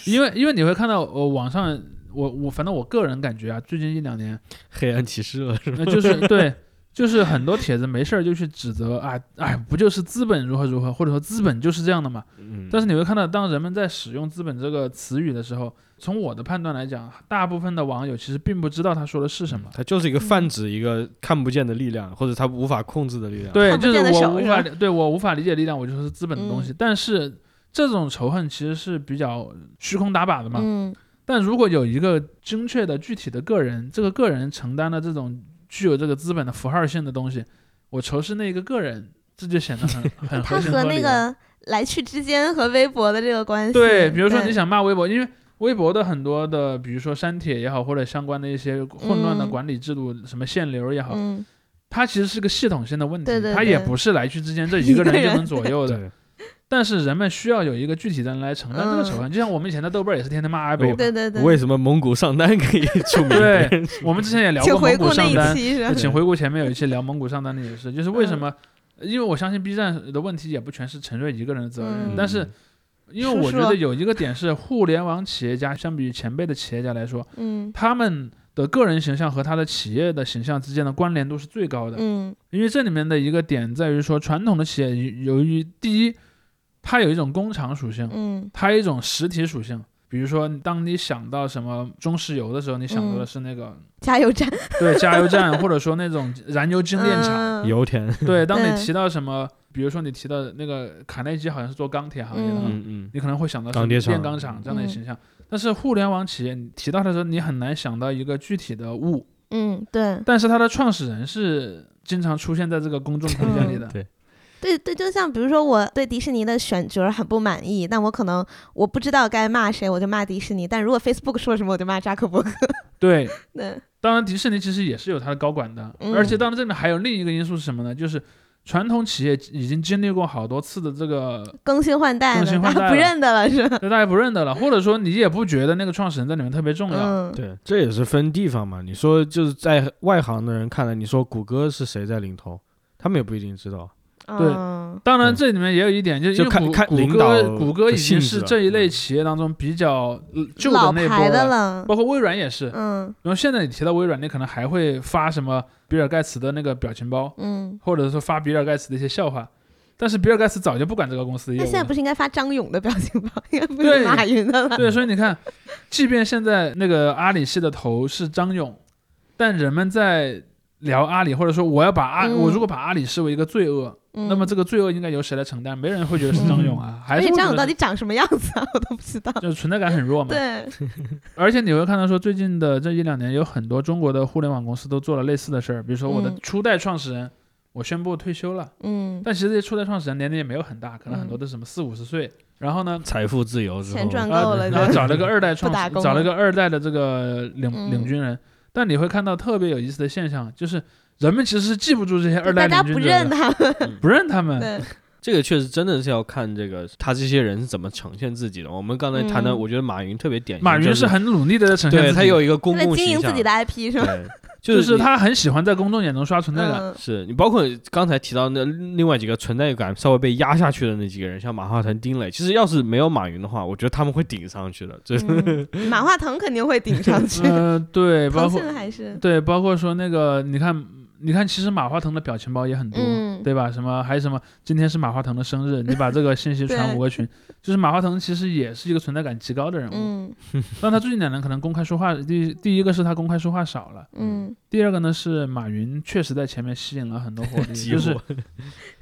[SPEAKER 3] 因为因为你会看到，呃，网上我我反正我个人感觉啊，最近一两年，
[SPEAKER 1] 黑暗骑士了，
[SPEAKER 3] 那、就是对，就是很多帖子没事儿就去指责啊，哎，不就是资本如何如何，或者说资本就是这样的嘛。
[SPEAKER 1] 嗯，
[SPEAKER 3] 但是你会看到，当人们在使用“资本”这个词语的时候，从我的判断来讲，大部分的网友其实并不知道他说的是什么。
[SPEAKER 1] 它就是一个泛指一个看不见的力量，或者他无法控制的力量。
[SPEAKER 3] 对，
[SPEAKER 2] 看不
[SPEAKER 3] 就是
[SPEAKER 2] 见的
[SPEAKER 3] 我
[SPEAKER 2] 手
[SPEAKER 3] 无
[SPEAKER 2] 是
[SPEAKER 3] 法
[SPEAKER 2] 吧嗯
[SPEAKER 3] 理，对我无法理解力量，我就说是资本的东西。但是这种仇恨其实是比较虚空打靶的嘛。
[SPEAKER 2] 嗯
[SPEAKER 3] 但如果有一个精确的、具体的个人，这个个人承担了这种具有这个资本的符号性的东西，我仇视那一个个人，这就显得很很 合
[SPEAKER 2] 他
[SPEAKER 3] 情合
[SPEAKER 2] 和
[SPEAKER 3] 理
[SPEAKER 2] 那
[SPEAKER 3] 了。
[SPEAKER 2] 个来去之间和微博的这个关系，
[SPEAKER 3] 对，比如说
[SPEAKER 2] 对
[SPEAKER 3] 你，想骂微博，因为微博的很多的，比如说删帖也好，或者相关的一些混乱的
[SPEAKER 2] 嗯
[SPEAKER 3] 管理制度，什么限流也好，
[SPEAKER 2] 嗯
[SPEAKER 3] 它其实是个系统性的问题，
[SPEAKER 2] 对对
[SPEAKER 3] 它也
[SPEAKER 2] 对
[SPEAKER 3] 不是来去之间这
[SPEAKER 2] 一
[SPEAKER 3] 一个
[SPEAKER 2] 个
[SPEAKER 3] 人就
[SPEAKER 2] 人
[SPEAKER 3] 能左 右的。
[SPEAKER 1] 对，
[SPEAKER 3] 但是人们需要有一个具体的人来承担这个仇恨，就像我们以前的豆瓣儿也是天天骂阿北
[SPEAKER 1] 我
[SPEAKER 3] 嘛，
[SPEAKER 2] 对对对，
[SPEAKER 1] 为什么蒙古上单可以出名？
[SPEAKER 3] 对， 我们之前也聊
[SPEAKER 2] 请
[SPEAKER 3] 过
[SPEAKER 2] 回
[SPEAKER 3] 蒙
[SPEAKER 2] 顾
[SPEAKER 3] 古
[SPEAKER 2] 那
[SPEAKER 3] 上
[SPEAKER 2] 一
[SPEAKER 3] 单，
[SPEAKER 2] 期是
[SPEAKER 3] 那
[SPEAKER 2] 吧？
[SPEAKER 3] 请回顾前面有 一期聊蒙古上单的也是，就是为什
[SPEAKER 2] 嗯
[SPEAKER 3] 么？因为我相信 B 站的问题也不全是陈瑞一个人的责任，
[SPEAKER 2] 嗯
[SPEAKER 3] 但是因为
[SPEAKER 2] 叔
[SPEAKER 3] 我觉
[SPEAKER 2] 叔
[SPEAKER 3] 得有一个点是，互联网企业家相比于前辈的企业家来说，
[SPEAKER 2] 嗯
[SPEAKER 3] 他们的个人形象和他的企业的形象之间的关联度是最高的。
[SPEAKER 2] 嗯
[SPEAKER 3] 因为这里面的一个点在于说，传统的企业由由于第一，它有一种工厂属性，
[SPEAKER 2] 嗯
[SPEAKER 3] 它有一种实体属性。比如说，当你想到什么中石油的时候，你想到的
[SPEAKER 2] 嗯
[SPEAKER 3] 是那个、
[SPEAKER 2] 加油 站
[SPEAKER 3] 对加油站，或者说那种燃油精炼厂。
[SPEAKER 2] 嗯
[SPEAKER 1] 油田，
[SPEAKER 3] 对，当你
[SPEAKER 2] 对
[SPEAKER 3] 提到什么，比如说你提到那个卡耐基好像是做钢铁行业的，
[SPEAKER 2] 嗯
[SPEAKER 1] 嗯嗯，
[SPEAKER 3] 你可能会想到
[SPEAKER 1] 钢铁
[SPEAKER 3] 是炼
[SPEAKER 1] 厂
[SPEAKER 3] 钢厂这样的
[SPEAKER 2] 嗯
[SPEAKER 3] 形象。但是互联网企业，你提到它的时候，你很难想到一个具体的物，
[SPEAKER 2] 嗯，对
[SPEAKER 3] 但是它的创始人是经常出现在这个公
[SPEAKER 1] 嗯
[SPEAKER 3] 众空间里
[SPEAKER 2] 嗯
[SPEAKER 3] 的。
[SPEAKER 1] 对
[SPEAKER 2] 对对，就像比如说我对迪士尼的选角很不满意，但我可能我不知道该骂谁，我就骂迪士尼；但如果 Facebook 说什么，我就骂扎克伯格。
[SPEAKER 3] 对，
[SPEAKER 2] 对，
[SPEAKER 3] 当然迪士尼其实也是有它的高管的，
[SPEAKER 2] 嗯
[SPEAKER 3] 而且当然这里面还有另一个因素是什么呢？就是传统企业已经经历过好多次的这个
[SPEAKER 2] 更新换代
[SPEAKER 3] 更
[SPEAKER 2] 了，
[SPEAKER 3] 新换
[SPEAKER 2] 大家
[SPEAKER 3] 代
[SPEAKER 2] 不
[SPEAKER 3] 了
[SPEAKER 2] 认得了是吧？
[SPEAKER 3] 大家不认得了，或者说你也不觉得那个创始人在里面特别重要。
[SPEAKER 2] 嗯，
[SPEAKER 1] 对，这也是分地方嘛。你说就是在外行的人看来，你说谷歌是谁在领头，他们也不一定知道。
[SPEAKER 3] 对
[SPEAKER 2] 嗯
[SPEAKER 3] 当然，
[SPEAKER 1] 对
[SPEAKER 3] 这里面也有一点，就是因
[SPEAKER 1] 就
[SPEAKER 3] 为
[SPEAKER 1] 看
[SPEAKER 3] 谷
[SPEAKER 1] 看
[SPEAKER 3] 谷
[SPEAKER 1] 领导
[SPEAKER 3] 歌，谷歌已
[SPEAKER 1] 的性
[SPEAKER 3] 经
[SPEAKER 1] 质
[SPEAKER 3] 是
[SPEAKER 1] 了
[SPEAKER 3] 这一类
[SPEAKER 1] 嗯
[SPEAKER 3] 企业当中比较呃旧
[SPEAKER 2] 老
[SPEAKER 3] 那
[SPEAKER 2] 牌
[SPEAKER 3] 波
[SPEAKER 2] 的了。
[SPEAKER 3] 包括微软也是。
[SPEAKER 2] 嗯
[SPEAKER 3] 然后现在你提到微软，你可能还会发什么比尔盖茨的那个表情包，
[SPEAKER 2] 嗯，
[SPEAKER 3] 或者说发比尔盖茨的一些笑话。但是比尔盖茨早就不管这个公司的业
[SPEAKER 2] 那
[SPEAKER 3] 务
[SPEAKER 2] 现在
[SPEAKER 3] 了
[SPEAKER 2] 不。是应该发张勇的表情包， 应该不
[SPEAKER 3] 对
[SPEAKER 2] 是马云的了。
[SPEAKER 3] 对，所以你看，即便现在那个阿里系的头是张勇，但人们在聊阿里，或者说我要把阿，
[SPEAKER 2] 嗯
[SPEAKER 3] 我如果把阿里视为一个罪恶，那
[SPEAKER 2] 那
[SPEAKER 3] 么这个罪恶应该由谁来承担？没人会觉得是张勇啊，还
[SPEAKER 2] 而
[SPEAKER 3] 是
[SPEAKER 2] 且
[SPEAKER 3] 会
[SPEAKER 2] 嗯张
[SPEAKER 3] 觉
[SPEAKER 2] 勇
[SPEAKER 3] 得
[SPEAKER 2] 到
[SPEAKER 3] 是
[SPEAKER 2] 底长什么样子啊？我 都不知道。
[SPEAKER 3] 就是存在感很弱嘛。
[SPEAKER 2] 对，
[SPEAKER 3] 而且你会看到说，最近的这一两年有很多中国的互联网公司都做了类似的事儿，比如说我的
[SPEAKER 2] 嗯
[SPEAKER 3] 初代创始人，我宣布退休了，
[SPEAKER 2] 嗯，
[SPEAKER 3] 但其实这些初代创始人年龄也没有很大，可能很多都什么四五十岁，然后呢，
[SPEAKER 1] 财富自由之后，
[SPEAKER 2] 钱赚
[SPEAKER 3] 啊
[SPEAKER 2] 够了
[SPEAKER 3] 然后
[SPEAKER 2] 就
[SPEAKER 3] 找了个二代
[SPEAKER 2] 不
[SPEAKER 3] 创
[SPEAKER 2] 打
[SPEAKER 3] 始，
[SPEAKER 2] 工
[SPEAKER 3] 找了
[SPEAKER 2] 了
[SPEAKER 3] 个二代的这个领、
[SPEAKER 2] 嗯
[SPEAKER 3] 领军人，但你会看到特别有意思的现象，就是人们其实是记不住这些二
[SPEAKER 2] 就大
[SPEAKER 3] 代
[SPEAKER 2] 家
[SPEAKER 3] 领
[SPEAKER 2] 不
[SPEAKER 3] 军人
[SPEAKER 2] 认
[SPEAKER 3] 的，
[SPEAKER 1] 嗯
[SPEAKER 2] 他们。
[SPEAKER 3] 不认他们，
[SPEAKER 2] 对，
[SPEAKER 1] 这个确实真的是要看这个他这些人是怎么呈现自己的。我们刚才谈的，
[SPEAKER 2] 嗯
[SPEAKER 1] 我觉得马云特别典型，
[SPEAKER 3] 马云
[SPEAKER 1] 就是
[SPEAKER 3] 很努力的在呈现自
[SPEAKER 1] 对
[SPEAKER 3] 己，
[SPEAKER 1] 他有一个公
[SPEAKER 2] 他在
[SPEAKER 3] 嗯
[SPEAKER 1] 共
[SPEAKER 2] 经
[SPEAKER 1] 形
[SPEAKER 2] 营
[SPEAKER 1] 象，
[SPEAKER 2] 自己的 IP 是吧？
[SPEAKER 1] 对，就
[SPEAKER 3] 就是是
[SPEAKER 1] 你
[SPEAKER 3] 他很喜欢在公众眼中刷存在感。
[SPEAKER 2] 嗯，
[SPEAKER 1] 是你包括刚才提到那另外几个存在感稍微被压下去的那几个人，像马化腾、丁磊，其实要是没有马云的话，我觉得他们会顶上去的。这、
[SPEAKER 2] 嗯马化腾肯定会顶上去，
[SPEAKER 3] 嗯、对，包
[SPEAKER 2] 腾
[SPEAKER 3] 括
[SPEAKER 2] 讯还是
[SPEAKER 3] 对，包括说那个，你看，你看，其实马化腾的表情包也很多，
[SPEAKER 2] 嗯
[SPEAKER 3] 对吧？什么还有什么，今天是马化腾的生日，你把这个 信息传
[SPEAKER 2] 对
[SPEAKER 3] 五个群，就是马化腾其实也是一个存在感极高的人物。
[SPEAKER 2] 嗯
[SPEAKER 3] 但他最近两年可能公开说话，第第一个是他公开说话少了，
[SPEAKER 2] 嗯，
[SPEAKER 3] 第二个呢是马云确实在前面吸引了很多火力，
[SPEAKER 1] 激
[SPEAKER 3] 就是
[SPEAKER 1] 活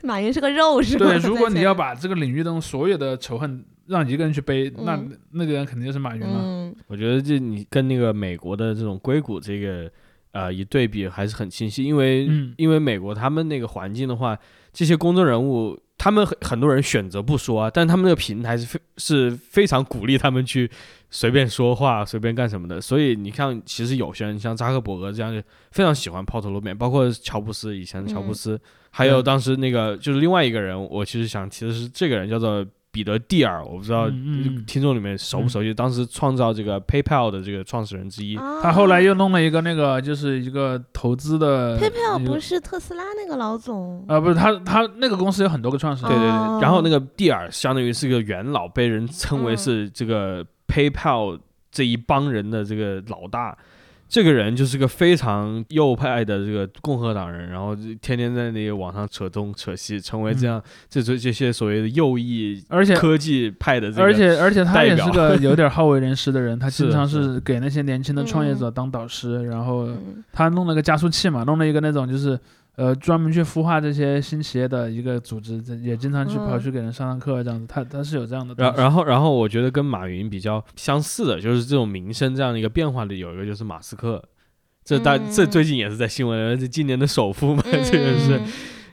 [SPEAKER 2] 马云是个肉是吧？
[SPEAKER 3] 对，如果
[SPEAKER 2] 在
[SPEAKER 3] 你要
[SPEAKER 2] 这
[SPEAKER 3] 把这个领域中所有的仇恨让一个人去背，那
[SPEAKER 2] 嗯
[SPEAKER 3] 那个人肯定就是马云了。
[SPEAKER 2] 嗯
[SPEAKER 1] 我觉得这你跟那个美国的这种硅谷这个呃一对比还是很清晰，因为、
[SPEAKER 3] 嗯
[SPEAKER 1] 因为美国他们那个环境的话，这些公众人物他们很很多人选择不说啊，但他们那个平台是非是非常鼓励他们去随便说话、随便干什么的，所以你看，其实有些人像扎克伯格这样就非常喜欢抛头露面，包括乔布斯以前的乔布斯，还有
[SPEAKER 3] 嗯
[SPEAKER 1] 当时那个就是另外一个人，我其实想提的是这个人叫做。彼得蒂尔，我不知道
[SPEAKER 3] 嗯嗯嗯
[SPEAKER 1] 听众里面熟不熟悉？当时创造这个 PayPal 的这个创始人之一，
[SPEAKER 2] 啊
[SPEAKER 3] 他后来又弄了一个那个，就是一个投资的
[SPEAKER 2] PayPal
[SPEAKER 3] 一个
[SPEAKER 2] 不是特斯拉那个老总，
[SPEAKER 3] 啊、不是他，他那个公司有很多个创始人，
[SPEAKER 1] 对对
[SPEAKER 2] 哦
[SPEAKER 1] 对，然后那个蒂尔相当于是个元老，被人称为是这个 PayPal 这一帮人的这个老大。这个人就是个非常右派的这个共和党人，然后就天天在那个网上扯东扯西，成为这样、这这这些所谓的右翼
[SPEAKER 3] 而且
[SPEAKER 1] 科技派的这个，
[SPEAKER 3] 而且而且他
[SPEAKER 1] 代
[SPEAKER 3] 也
[SPEAKER 1] 表
[SPEAKER 3] 是个有点好为人师的人，他经
[SPEAKER 1] 是
[SPEAKER 3] 常
[SPEAKER 1] 是
[SPEAKER 3] 是给那些年轻的创业者当导师，然后
[SPEAKER 2] 嗯
[SPEAKER 3] 他弄了个加速器嘛，弄了一个那种就是呃专门去孵化这些新企业的一个组织，这也经常去
[SPEAKER 2] 嗯
[SPEAKER 3] 跑去给人上上课这样子，他他是有这样的东
[SPEAKER 1] 然
[SPEAKER 3] 西，
[SPEAKER 1] 然后然后我觉得跟马云比较相似的，就是这种民生这样的一个变化的，有一个就是马斯克，这大、
[SPEAKER 2] 嗯
[SPEAKER 1] 这最近也是在新闻，这今年的首富嘛， 这个是。
[SPEAKER 2] 嗯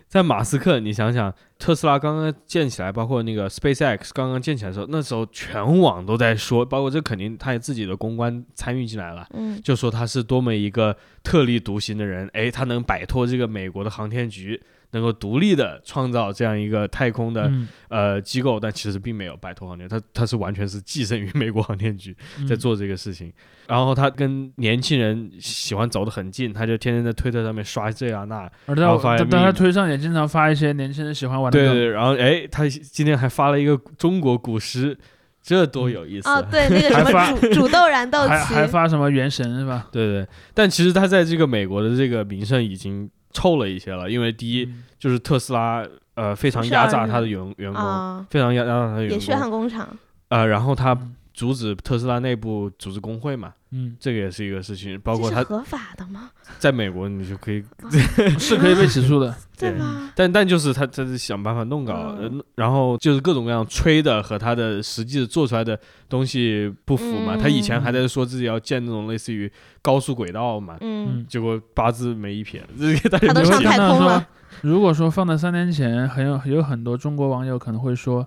[SPEAKER 1] 在马斯克，你想想，特斯拉刚刚建起来，包括那个 SpaceX 刚刚建起来的时候，那时候全网都在说，包括这肯定他也自己的公关参与进来了，
[SPEAKER 2] 嗯
[SPEAKER 1] 就说他是多么一个特立独行的人，诶，他能摆脱这个美国的航天局，能够独立的创造这样一个太空的、
[SPEAKER 3] 嗯，
[SPEAKER 1] 呃机构，但其实并没有摆脱航天，他他是完全是寄生于美国航天局，在
[SPEAKER 3] 嗯
[SPEAKER 1] 做这个事情。然后他跟年轻人喜欢走得很近，他就天天在推特上面刷这啊那，
[SPEAKER 3] 而
[SPEAKER 1] 然
[SPEAKER 3] 他
[SPEAKER 1] 后发
[SPEAKER 3] 在
[SPEAKER 1] 现
[SPEAKER 3] 在他
[SPEAKER 1] 命
[SPEAKER 3] 推上也经常发一些年轻人喜欢玩的
[SPEAKER 1] 对
[SPEAKER 3] 梗，
[SPEAKER 1] 对，然后哎，他今天还发了一个中国古诗，这
[SPEAKER 3] 嗯
[SPEAKER 1] 多有意思！啊
[SPEAKER 2] 哦，对，那个什
[SPEAKER 3] 还发
[SPEAKER 2] 么煮煮豆燃豆啊
[SPEAKER 3] 还还
[SPEAKER 2] 萁，
[SPEAKER 3] 发什么原神是吧？
[SPEAKER 1] 对对，但其实他在这个美国的这个名声已经臭了一些了，因为第一、
[SPEAKER 3] 嗯
[SPEAKER 1] 就是特斯拉呃非常
[SPEAKER 2] 是
[SPEAKER 1] 压
[SPEAKER 2] 啊
[SPEAKER 1] 榨
[SPEAKER 2] 是
[SPEAKER 1] 他的员员工，
[SPEAKER 2] 啊，
[SPEAKER 1] 非常压榨他的
[SPEAKER 2] 也
[SPEAKER 1] 员
[SPEAKER 2] 血汗
[SPEAKER 1] 工，
[SPEAKER 2] 工厂，
[SPEAKER 1] 呃，然后他
[SPEAKER 3] 嗯
[SPEAKER 1] 阻止特斯拉内部组织工会嘛，
[SPEAKER 3] 嗯，
[SPEAKER 1] 这个也是一个事情，包
[SPEAKER 2] 这
[SPEAKER 1] 括
[SPEAKER 2] 是
[SPEAKER 1] 他
[SPEAKER 2] 合法的吗？
[SPEAKER 1] 在美国你就可以
[SPEAKER 3] 嗯是可以被起诉的，
[SPEAKER 2] 对
[SPEAKER 1] 对
[SPEAKER 2] 吧？
[SPEAKER 1] 但但就是他他是想办法弄搞，
[SPEAKER 2] 嗯
[SPEAKER 1] 呃然后就是各种各样吹的和他的实际做出来的东西不符嘛。
[SPEAKER 2] 嗯
[SPEAKER 1] 他以前还在说自己要建那种类似于高速轨道嘛，
[SPEAKER 2] 嗯，
[SPEAKER 3] 嗯。
[SPEAKER 1] 结果八字没一撇，这个大家
[SPEAKER 2] 他都
[SPEAKER 1] 了
[SPEAKER 2] 上
[SPEAKER 1] 解
[SPEAKER 2] 太空了。
[SPEAKER 3] 如果说放在三年前，很有有很多中国网友可能会说，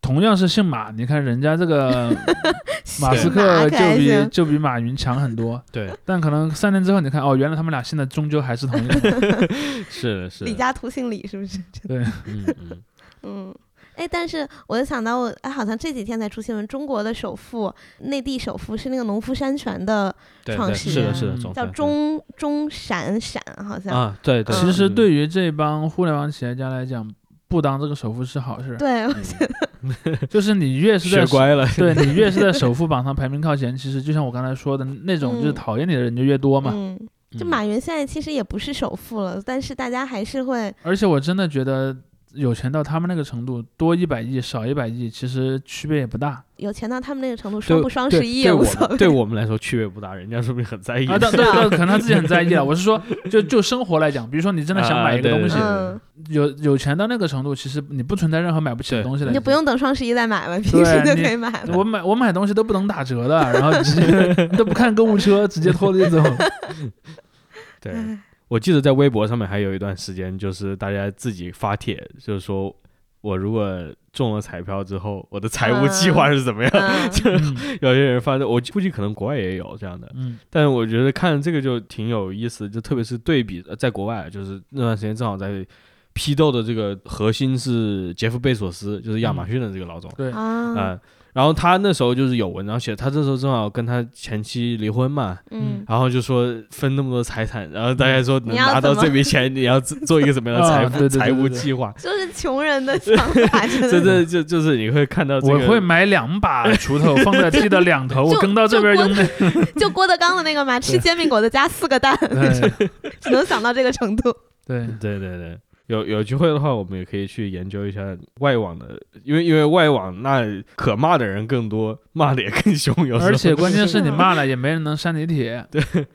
[SPEAKER 3] 同样是姓马，你看人家这个 马斯克
[SPEAKER 2] 马可
[SPEAKER 3] 就
[SPEAKER 2] 还
[SPEAKER 3] 比
[SPEAKER 2] 行
[SPEAKER 3] 就比马云强很多，
[SPEAKER 1] 对，
[SPEAKER 3] 但可能三年之后你看，哦，原来他们俩现在终究还是 同一个人。
[SPEAKER 1] 是的，是
[SPEAKER 2] 李
[SPEAKER 1] 的，
[SPEAKER 2] 嘉图姓李是不是？
[SPEAKER 1] 嗯嗯，
[SPEAKER 2] 嗯，哎，但是我就想到我，哎，好像这几天才出新闻，中国的首富，内地首富是那个农夫山泉的，
[SPEAKER 1] 对
[SPEAKER 2] 创
[SPEAKER 1] 对，
[SPEAKER 2] 始
[SPEAKER 1] 是的，
[SPEAKER 2] 人
[SPEAKER 1] 是的，
[SPEAKER 3] 嗯
[SPEAKER 1] 总
[SPEAKER 2] 叫
[SPEAKER 1] 裁
[SPEAKER 2] 钟钟闪闪，好像。
[SPEAKER 1] 啊，对对，
[SPEAKER 2] 嗯
[SPEAKER 3] 其实
[SPEAKER 1] 嗯
[SPEAKER 3] 对于这帮互联网企业家来讲，不当这个首富是好事，
[SPEAKER 2] 对，我
[SPEAKER 1] 嗯
[SPEAKER 2] 觉得
[SPEAKER 3] 就是你越是
[SPEAKER 1] 学
[SPEAKER 3] 在
[SPEAKER 1] 乖了，
[SPEAKER 3] 对你越是在首富榜上排名靠前，其实就像我刚才说的那种，就是
[SPEAKER 2] 嗯
[SPEAKER 3] 讨厌你的人就越多嘛。
[SPEAKER 2] 嗯，就
[SPEAKER 1] 嗯
[SPEAKER 2] 马云现在其实也不是首富了，但是大家还是会，
[SPEAKER 3] 而且我真的觉得有钱到他们那个程度，多一百亿少一百亿，其实区别也不大。
[SPEAKER 2] 有钱到他们那个程度，
[SPEAKER 1] 对
[SPEAKER 2] 双不双十
[SPEAKER 1] 对
[SPEAKER 2] 一也
[SPEAKER 1] 对
[SPEAKER 2] 无
[SPEAKER 1] 我
[SPEAKER 2] 所
[SPEAKER 1] 们
[SPEAKER 2] 谓。
[SPEAKER 1] 对我们来说区别不大，人家说不定很在意。
[SPEAKER 3] 啊，但对对，可能他自己很在意 了。我是说，就就生活来讲，比如说你真的想买一个
[SPEAKER 1] 啊对
[SPEAKER 3] 东西，
[SPEAKER 1] 对
[SPEAKER 2] 嗯，
[SPEAKER 3] 有有钱到那个程度，其实你不存在任何买不起的
[SPEAKER 1] 对
[SPEAKER 3] 东西了。
[SPEAKER 2] 你就不用等双十一再买了，平
[SPEAKER 3] 对
[SPEAKER 2] 时就
[SPEAKER 3] 你
[SPEAKER 2] 可以买了。
[SPEAKER 3] 我买我买东西都不能打折的，然 后直接都不看购物车，直接拖着就走。
[SPEAKER 1] 对，
[SPEAKER 2] 哎
[SPEAKER 1] 我记得在微博上面还有一段时间，就是大家自己发帖，就是说我如果中了彩票之后，我的财务计划是怎么样？
[SPEAKER 2] 嗯
[SPEAKER 1] 有些人发的，我估计可能国外也有这样的，
[SPEAKER 3] 嗯
[SPEAKER 1] 但我觉得看这个就挺有意思，就特别是对比，呃在国外就是那段时间正好在。批斗的这个核心是杰夫贝索斯，就是亚马逊的这个老总。
[SPEAKER 3] 对，
[SPEAKER 2] 啊，
[SPEAKER 1] 嗯，然后他那时候就是有文章写，他这时候正好跟他前妻离婚嘛，
[SPEAKER 2] 嗯，
[SPEAKER 1] 然后就说分那么多财产，然后大
[SPEAKER 3] 嗯
[SPEAKER 1] 家说能
[SPEAKER 2] 你要
[SPEAKER 1] 拿到
[SPEAKER 2] 怎么
[SPEAKER 1] 这笔钱，你要做做一个什么样的
[SPEAKER 3] 啊
[SPEAKER 1] 财富
[SPEAKER 3] 对对对
[SPEAKER 1] 财务
[SPEAKER 3] 对对
[SPEAKER 1] 计划？
[SPEAKER 2] 就是穷人的想法，真
[SPEAKER 1] 这
[SPEAKER 2] 的
[SPEAKER 1] 这就就是你会看到这个，
[SPEAKER 3] 我会买两把锄头放在地的 两头，我
[SPEAKER 2] 就
[SPEAKER 3] 跟到这边用那，
[SPEAKER 2] 是，就郭德纲的那个嘛，吃
[SPEAKER 3] 对
[SPEAKER 2] 煎饼果子加四个蛋，
[SPEAKER 3] 对
[SPEAKER 2] 只能想到这个程度。
[SPEAKER 3] 对，
[SPEAKER 1] 对对对，有有机会的话，我们也可以去研究一下外网的，因为因为外网那可骂的人更多，骂的也更凶， 有时候。
[SPEAKER 3] 而且关键是你骂了也没人能删你帖，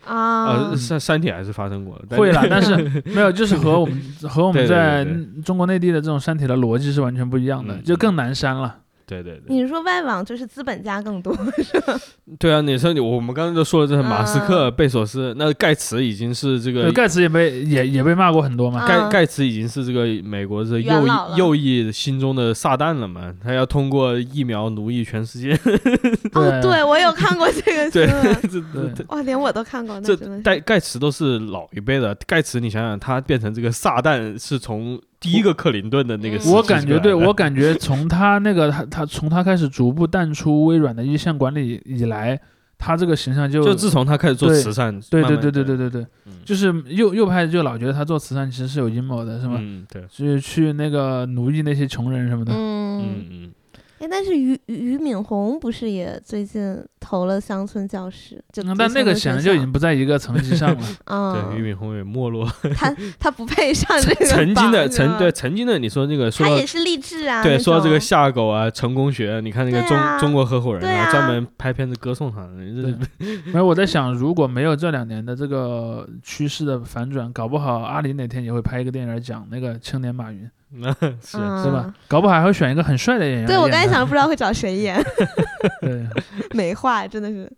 [SPEAKER 2] 啊
[SPEAKER 1] 呃，，删删帖还是发生过的，但
[SPEAKER 3] 嗯会啦，但是 没有，就是和我们和我们
[SPEAKER 1] 对对
[SPEAKER 3] 在
[SPEAKER 1] 对
[SPEAKER 3] 中国内地的这种删帖的逻辑是完全不一样的，
[SPEAKER 1] 嗯
[SPEAKER 3] 就更难删了。
[SPEAKER 1] 对对对，
[SPEAKER 2] 你是说外网就是资本家更多，
[SPEAKER 1] 对啊，你说你我们刚刚就说了，这是马斯克、贝索斯，那盖茨已经是这
[SPEAKER 3] 嗯对，
[SPEAKER 1] 个。
[SPEAKER 3] 盖茨也被也也被骂过很多嘛。
[SPEAKER 1] 盖
[SPEAKER 2] 嗯
[SPEAKER 1] 盖茨已经是这个美国的
[SPEAKER 2] 元
[SPEAKER 1] 右翼
[SPEAKER 2] 老了
[SPEAKER 1] 右翼心中的撒旦了嘛？他要通过疫苗奴役全世界，
[SPEAKER 2] 哦，
[SPEAKER 3] 对
[SPEAKER 2] 对我有看过这个新
[SPEAKER 1] 对
[SPEAKER 2] 闻，
[SPEAKER 1] 这
[SPEAKER 3] 对，
[SPEAKER 2] 哇，连我都看过，那
[SPEAKER 1] 这
[SPEAKER 2] 真的是。
[SPEAKER 1] 盖盖茨都是老一辈的，盖茨你想想，他变成这个撒旦是从第一个克林顿的那个
[SPEAKER 2] 嗯
[SPEAKER 1] 时期
[SPEAKER 3] 我感觉对
[SPEAKER 1] 过来的
[SPEAKER 3] 我感觉从他那个他他从他开始逐步淡出微软的一项管理以来，他这个形象就
[SPEAKER 1] 就自从他开始做
[SPEAKER 3] 对
[SPEAKER 1] 慈善，
[SPEAKER 3] 对
[SPEAKER 1] 慢
[SPEAKER 3] 对
[SPEAKER 1] 慢
[SPEAKER 3] 对对对对对，
[SPEAKER 1] 嗯
[SPEAKER 3] 就是右右派就老觉得他做慈善其实是有阴谋的，是吗？
[SPEAKER 1] 嗯对，
[SPEAKER 3] 就是去那个奴役那些穷人什么的。
[SPEAKER 2] 嗯，
[SPEAKER 1] 嗯嗯，
[SPEAKER 2] 哎，但是俞俞俞敏洪不是也最近投了乡村教师？就
[SPEAKER 3] 嗯但那个显然就已经不在一个层级上了。
[SPEAKER 1] 对，俞
[SPEAKER 2] 嗯，
[SPEAKER 1] 敏洪也没落，
[SPEAKER 2] 他他不配上这个
[SPEAKER 1] 曾经的
[SPEAKER 2] 榜是
[SPEAKER 1] 曾
[SPEAKER 2] 吗
[SPEAKER 1] 对曾经的，你说那个说
[SPEAKER 2] 他
[SPEAKER 1] 到
[SPEAKER 2] 也是励志啊。
[SPEAKER 1] 对
[SPEAKER 2] 那
[SPEAKER 1] 说到这个
[SPEAKER 2] 种
[SPEAKER 1] 下狗啊，成功学，你看那个
[SPEAKER 2] 对
[SPEAKER 1] 中
[SPEAKER 2] 啊
[SPEAKER 1] 中国合伙人
[SPEAKER 2] 对啊
[SPEAKER 1] 专门拍片子歌颂他，这
[SPEAKER 3] 对没有，我在想，如果没有这两年的这个趋势的反转，搞不好阿里哪天也会拍一个电影儿讲那个青年马云，
[SPEAKER 1] 那是
[SPEAKER 3] 对吧
[SPEAKER 2] 嗯？
[SPEAKER 3] 搞不好还会选一个很帅的演员。
[SPEAKER 2] 对，我刚才，想不知道会找谁演
[SPEAKER 3] 对，
[SPEAKER 2] 美化，真的是。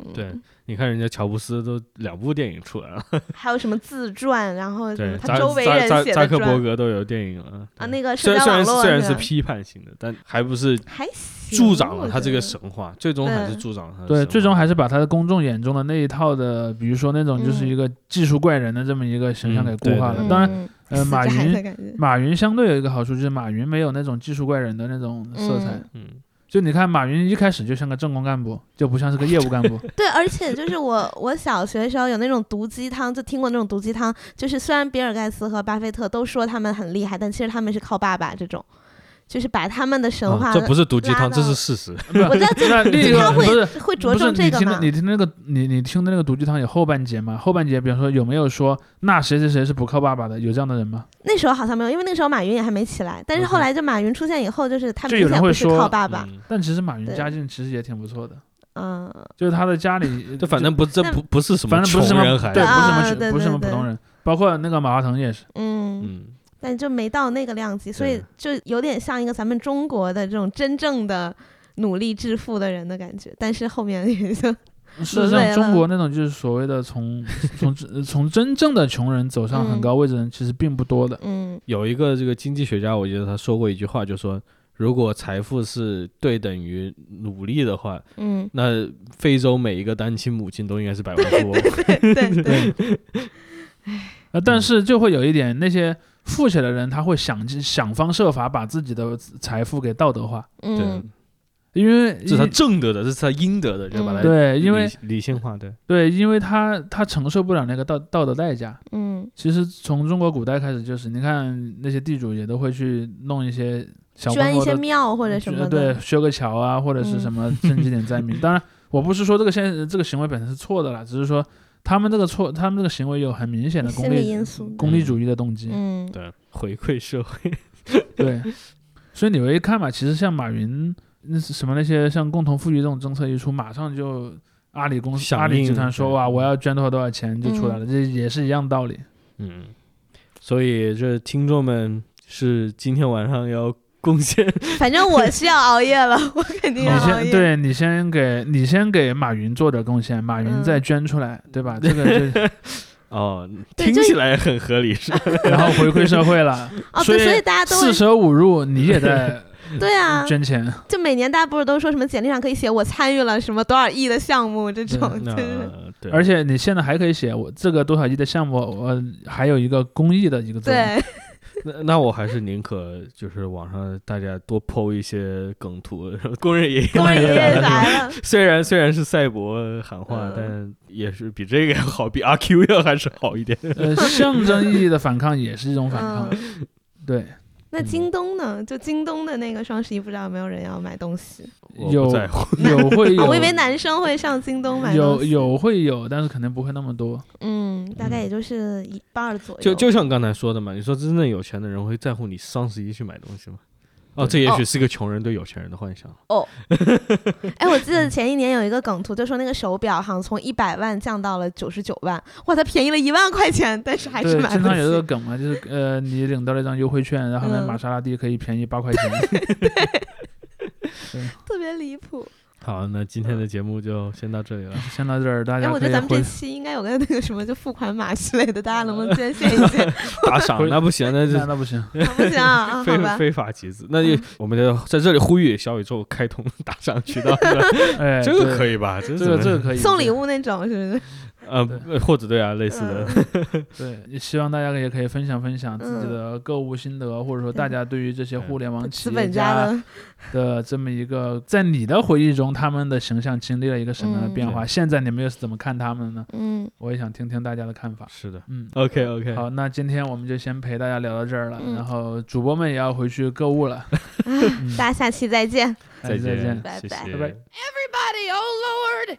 [SPEAKER 2] 嗯
[SPEAKER 1] 对，你看人家乔布斯都两部电影出来了，
[SPEAKER 2] 还有什么自传，然后什
[SPEAKER 1] 对，
[SPEAKER 2] 么
[SPEAKER 1] 扎
[SPEAKER 2] 他周围
[SPEAKER 1] 扎
[SPEAKER 2] 人
[SPEAKER 1] 扎
[SPEAKER 2] 写
[SPEAKER 1] 扎
[SPEAKER 2] 的
[SPEAKER 1] 克伯
[SPEAKER 2] 传
[SPEAKER 1] 格都有电影了对
[SPEAKER 2] 啊，那个
[SPEAKER 1] 虽
[SPEAKER 2] 社
[SPEAKER 1] 然虽然
[SPEAKER 2] 交网
[SPEAKER 1] 是
[SPEAKER 2] 络
[SPEAKER 1] 虽然是
[SPEAKER 2] 吧
[SPEAKER 1] 批判型的，但还不是
[SPEAKER 2] 还行，
[SPEAKER 1] 助长了
[SPEAKER 2] 我
[SPEAKER 1] 他这
[SPEAKER 2] 觉
[SPEAKER 1] 个
[SPEAKER 2] 得
[SPEAKER 1] 神话，最终还是
[SPEAKER 2] 嗯
[SPEAKER 1] 助长了他的神
[SPEAKER 3] 对，
[SPEAKER 1] 话。
[SPEAKER 3] 最终还是把他的公众眼中的那一套的，比如说那
[SPEAKER 2] 嗯
[SPEAKER 3] 种就是一个技术怪人的这么一个形象
[SPEAKER 1] 嗯
[SPEAKER 3] 给
[SPEAKER 1] 对
[SPEAKER 3] 固化
[SPEAKER 1] 对
[SPEAKER 3] 了。
[SPEAKER 1] 对
[SPEAKER 3] 当然，
[SPEAKER 2] 嗯
[SPEAKER 3] 呃
[SPEAKER 2] 死
[SPEAKER 3] 马
[SPEAKER 2] 宅
[SPEAKER 3] 云
[SPEAKER 2] 的感觉
[SPEAKER 3] 马云相对有一个好处就是马云没有那种技术怪人的那种色彩
[SPEAKER 2] 嗯。
[SPEAKER 1] 嗯，
[SPEAKER 3] 就你看马云一开始就像个正工干部，就不像是个业务干 部。
[SPEAKER 2] 对，而且就是我，我小学的时候有那种毒鸡汤，就听过那种毒鸡汤，就是虽然比尔盖茨和巴菲特都说他们很厉害，但其实他们是靠爸爸这种，就是把他们的神
[SPEAKER 1] 啊
[SPEAKER 2] 话，
[SPEAKER 1] 这不是毒鸡
[SPEAKER 2] 拉
[SPEAKER 1] 汤，这
[SPEAKER 2] 到
[SPEAKER 1] 是事实。
[SPEAKER 3] 不
[SPEAKER 2] 我知道这
[SPEAKER 3] 那另一
[SPEAKER 2] 他
[SPEAKER 3] 个不是
[SPEAKER 2] 会会着
[SPEAKER 3] 不是
[SPEAKER 2] 重这
[SPEAKER 3] 你
[SPEAKER 2] 个
[SPEAKER 3] 听的
[SPEAKER 2] 嘛？
[SPEAKER 3] 你听的那个你你听的那个毒鸡汤有后半截吗？后半截，比方说有没有说那谁谁谁是不靠爸爸的？有这样的人吗？
[SPEAKER 2] 那时候好像没有，因为那时候马云也还没起来，但是后
[SPEAKER 3] OK
[SPEAKER 2] 来就马云出现以后，就是他
[SPEAKER 3] 就
[SPEAKER 2] 们
[SPEAKER 3] 嗯有
[SPEAKER 2] 明显
[SPEAKER 3] 人会
[SPEAKER 2] 不是
[SPEAKER 3] 说
[SPEAKER 2] 靠爸爸，
[SPEAKER 1] 嗯
[SPEAKER 3] 但其实马云
[SPEAKER 2] 对
[SPEAKER 3] 家境其实也挺不错的，
[SPEAKER 2] 嗯，
[SPEAKER 3] 就是他的家 里
[SPEAKER 1] 这反正不，这
[SPEAKER 2] 那
[SPEAKER 1] 不不是什么
[SPEAKER 3] 反正
[SPEAKER 1] 穷
[SPEAKER 3] 不是什么
[SPEAKER 1] 人孩子
[SPEAKER 3] 对，不是什么
[SPEAKER 2] 啊
[SPEAKER 3] 穷
[SPEAKER 2] 对
[SPEAKER 3] 不是
[SPEAKER 2] 对
[SPEAKER 3] 什么普
[SPEAKER 2] 对
[SPEAKER 3] 通人，包括那个马化腾也是。
[SPEAKER 2] 嗯，
[SPEAKER 1] 嗯，
[SPEAKER 2] 但就没到那个量级，所以
[SPEAKER 1] 对
[SPEAKER 2] 就有点像一个咱们中国的这种真正的努力致富的人的感觉。但是后面也就
[SPEAKER 3] 事实
[SPEAKER 2] 沦
[SPEAKER 3] 上，
[SPEAKER 2] 为
[SPEAKER 3] 中
[SPEAKER 2] 了
[SPEAKER 3] 国那种就是所谓的从从从真正的穷人走上很
[SPEAKER 2] 嗯
[SPEAKER 3] 高位置的人，其实并不多的。
[SPEAKER 2] 嗯
[SPEAKER 1] 有一个这个经济学家，我觉得他说过一句话，就说如果财富是对等于努力的话，
[SPEAKER 2] 嗯，
[SPEAKER 1] 那非洲每一个单亲母亲都应该是百万富翁。
[SPEAKER 2] 对对对，
[SPEAKER 3] 呃，
[SPEAKER 1] 嗯
[SPEAKER 3] 但是就会有一点，那些富起来的人，他会想尽想方设法把自己的财富给道德化，
[SPEAKER 1] 对
[SPEAKER 2] 嗯，
[SPEAKER 3] 因为
[SPEAKER 1] 这是他挣得的，这是他应得的，就把它
[SPEAKER 2] 嗯
[SPEAKER 3] 对，
[SPEAKER 1] 理
[SPEAKER 3] 因为嗯
[SPEAKER 1] 理性化，对，
[SPEAKER 3] 对，因为他他承受不了那个道道德代价。
[SPEAKER 2] 嗯
[SPEAKER 3] 其实从中国古代开始，就是你看那些地主也都会去弄一些小
[SPEAKER 2] 捐
[SPEAKER 3] 规
[SPEAKER 2] 一
[SPEAKER 3] 模
[SPEAKER 2] 些
[SPEAKER 3] 的
[SPEAKER 2] 庙或者什么
[SPEAKER 3] 对
[SPEAKER 2] 的，，嗯
[SPEAKER 3] 修个桥啊，或者是什么赈济点灾民。当然，我不是说这个现这个行为本身是错的啦，只是说他们这个错，他们这个行为有很明显的功
[SPEAKER 2] 心理
[SPEAKER 3] 利
[SPEAKER 2] 因素，
[SPEAKER 3] 功利主义的动机。
[SPEAKER 2] 嗯
[SPEAKER 1] 对，回馈社会，
[SPEAKER 3] 对，所以你回看嘛，其实像马云那是什么那些像共同富裕这种政策一出，马上就阿里公司、
[SPEAKER 1] 响
[SPEAKER 3] 阿里集
[SPEAKER 1] 应
[SPEAKER 3] 团说
[SPEAKER 1] 对
[SPEAKER 3] 哇，我要捐多少多少钱就出来
[SPEAKER 2] 嗯
[SPEAKER 3] 了，这也是一样道理。
[SPEAKER 1] 嗯，所以这听众们是今天晚上要贡献，
[SPEAKER 2] 反正我是要熬夜了，我肯定
[SPEAKER 3] 你
[SPEAKER 2] 要熬
[SPEAKER 3] 先
[SPEAKER 2] 夜。
[SPEAKER 3] 对你先给你先给马云做点贡献，马云再
[SPEAKER 2] 嗯
[SPEAKER 3] 捐出来，对吧？这个就
[SPEAKER 1] 哦，
[SPEAKER 2] 对
[SPEAKER 1] 听
[SPEAKER 2] 就
[SPEAKER 1] 起来很合理，是吧？
[SPEAKER 3] 然后回馈社会了，
[SPEAKER 2] 哦，
[SPEAKER 3] 所
[SPEAKER 2] 对，所以
[SPEAKER 3] 以
[SPEAKER 2] 大家都
[SPEAKER 3] 四
[SPEAKER 2] 会
[SPEAKER 3] 舍五入你也在
[SPEAKER 2] 对 啊，
[SPEAKER 3] 捐钱，
[SPEAKER 2] 就每年大家不是都说什么简历上可以写我参与了什么多少亿的项目这种，
[SPEAKER 1] 那
[SPEAKER 2] 就是
[SPEAKER 1] 啊对，
[SPEAKER 3] 而且你现在还可以写我这个多少亿的项目，我还有一个公益的一个作用。
[SPEAKER 2] 对
[SPEAKER 1] 那那我还是宁可就是网上大家多剖一些梗图，然后工人爷爷
[SPEAKER 2] 工人爷爷
[SPEAKER 1] 来了。
[SPEAKER 2] 来了，
[SPEAKER 1] 虽然虽然是赛博喊话，
[SPEAKER 2] 嗯
[SPEAKER 1] 但也是比这个要好，比阿 Q 要还是好一点。
[SPEAKER 3] 呃，象征意义的反抗也是一种反抗。
[SPEAKER 2] 嗯，
[SPEAKER 3] 对，
[SPEAKER 2] 那京东呢？就京东的那个双十一，不知道有没有人要买东西？
[SPEAKER 1] 我
[SPEAKER 3] 有
[SPEAKER 1] 不在乎，
[SPEAKER 3] 有会
[SPEAKER 2] 哦
[SPEAKER 3] 有，
[SPEAKER 2] 我以为男生会上京东买东
[SPEAKER 3] 有
[SPEAKER 2] 西，
[SPEAKER 3] 有会有，但是肯定不会那么多。
[SPEAKER 2] 嗯，大概也就是一半儿左右。
[SPEAKER 1] 就就像刚才说的嘛，你说真正有钱的人会在乎你双十一去买东西吗？哦，这也许是个穷人对有钱人的幻想。
[SPEAKER 2] 哎，我记得前一年有一个梗图，就说那个手表好像从一百万降到了九十九万，哇，它便宜了一万块钱，但是还
[SPEAKER 3] 对
[SPEAKER 2] 是，买
[SPEAKER 3] 经
[SPEAKER 2] 不
[SPEAKER 3] 常有这个
[SPEAKER 2] 起。
[SPEAKER 3] 梗嘛，就是呃，你领到了一张优惠券，然后买
[SPEAKER 2] 嗯
[SPEAKER 3] 玛莎拉蒂可以便宜八块钱。
[SPEAKER 2] 特别离谱。
[SPEAKER 1] 好，那今天的节目就先到这里 了。
[SPEAKER 3] 先到这儿，大
[SPEAKER 2] 哎，
[SPEAKER 3] 家
[SPEAKER 2] 我觉
[SPEAKER 3] 可
[SPEAKER 2] 得
[SPEAKER 3] 以
[SPEAKER 2] 咱们这
[SPEAKER 3] 回
[SPEAKER 2] 期应该有个那个什么，就付款码之类的，大家能不能捐献一些？
[SPEAKER 1] 打赏那不行，那
[SPEAKER 3] 那
[SPEAKER 1] 就
[SPEAKER 3] 那不行，
[SPEAKER 2] 不 行啊， 啊好
[SPEAKER 1] 非
[SPEAKER 2] 吧。嗯
[SPEAKER 1] 非法集资。那就我们就在这里呼吁小宇宙开通 打赏渠道，是吧
[SPEAKER 3] 哎，
[SPEAKER 1] 这个可
[SPEAKER 3] 以，
[SPEAKER 1] 以吧？这
[SPEAKER 3] 这个这个
[SPEAKER 1] 以，
[SPEAKER 3] 可以
[SPEAKER 2] 送礼
[SPEAKER 3] 物。
[SPEAKER 2] 物那种是
[SPEAKER 1] 呃，
[SPEAKER 3] 对
[SPEAKER 1] 不或者对啊，类
[SPEAKER 2] 不
[SPEAKER 1] 似
[SPEAKER 2] 是？
[SPEAKER 1] 的。
[SPEAKER 2] 嗯
[SPEAKER 3] 对，也希望大家也可以分享分享自己
[SPEAKER 2] 嗯
[SPEAKER 3] 的购物心得，或者说大
[SPEAKER 2] 对
[SPEAKER 3] 家对于这些互联网企
[SPEAKER 2] 资
[SPEAKER 3] 业
[SPEAKER 2] 本家
[SPEAKER 3] 家
[SPEAKER 2] 的，
[SPEAKER 3] 的这么一个，在你的回忆中，他们的形象经历了一个什么样的
[SPEAKER 2] 嗯
[SPEAKER 3] 变化？现在你们又是怎么看他们呢？
[SPEAKER 2] 嗯
[SPEAKER 3] 我也想听听大家的看法。
[SPEAKER 1] 是的
[SPEAKER 3] 嗯，
[SPEAKER 1] ，OK OK，
[SPEAKER 3] 好，那今天我们就先陪大家聊到这儿了，
[SPEAKER 2] 嗯
[SPEAKER 3] 然后主播们也要回去购物 了，嗯
[SPEAKER 2] 大家下期再见。
[SPEAKER 1] 再
[SPEAKER 3] 再见
[SPEAKER 1] 见，谢
[SPEAKER 2] 拜拜
[SPEAKER 1] 谢
[SPEAKER 3] 拜拜。
[SPEAKER 5] Everybody, oh Lord,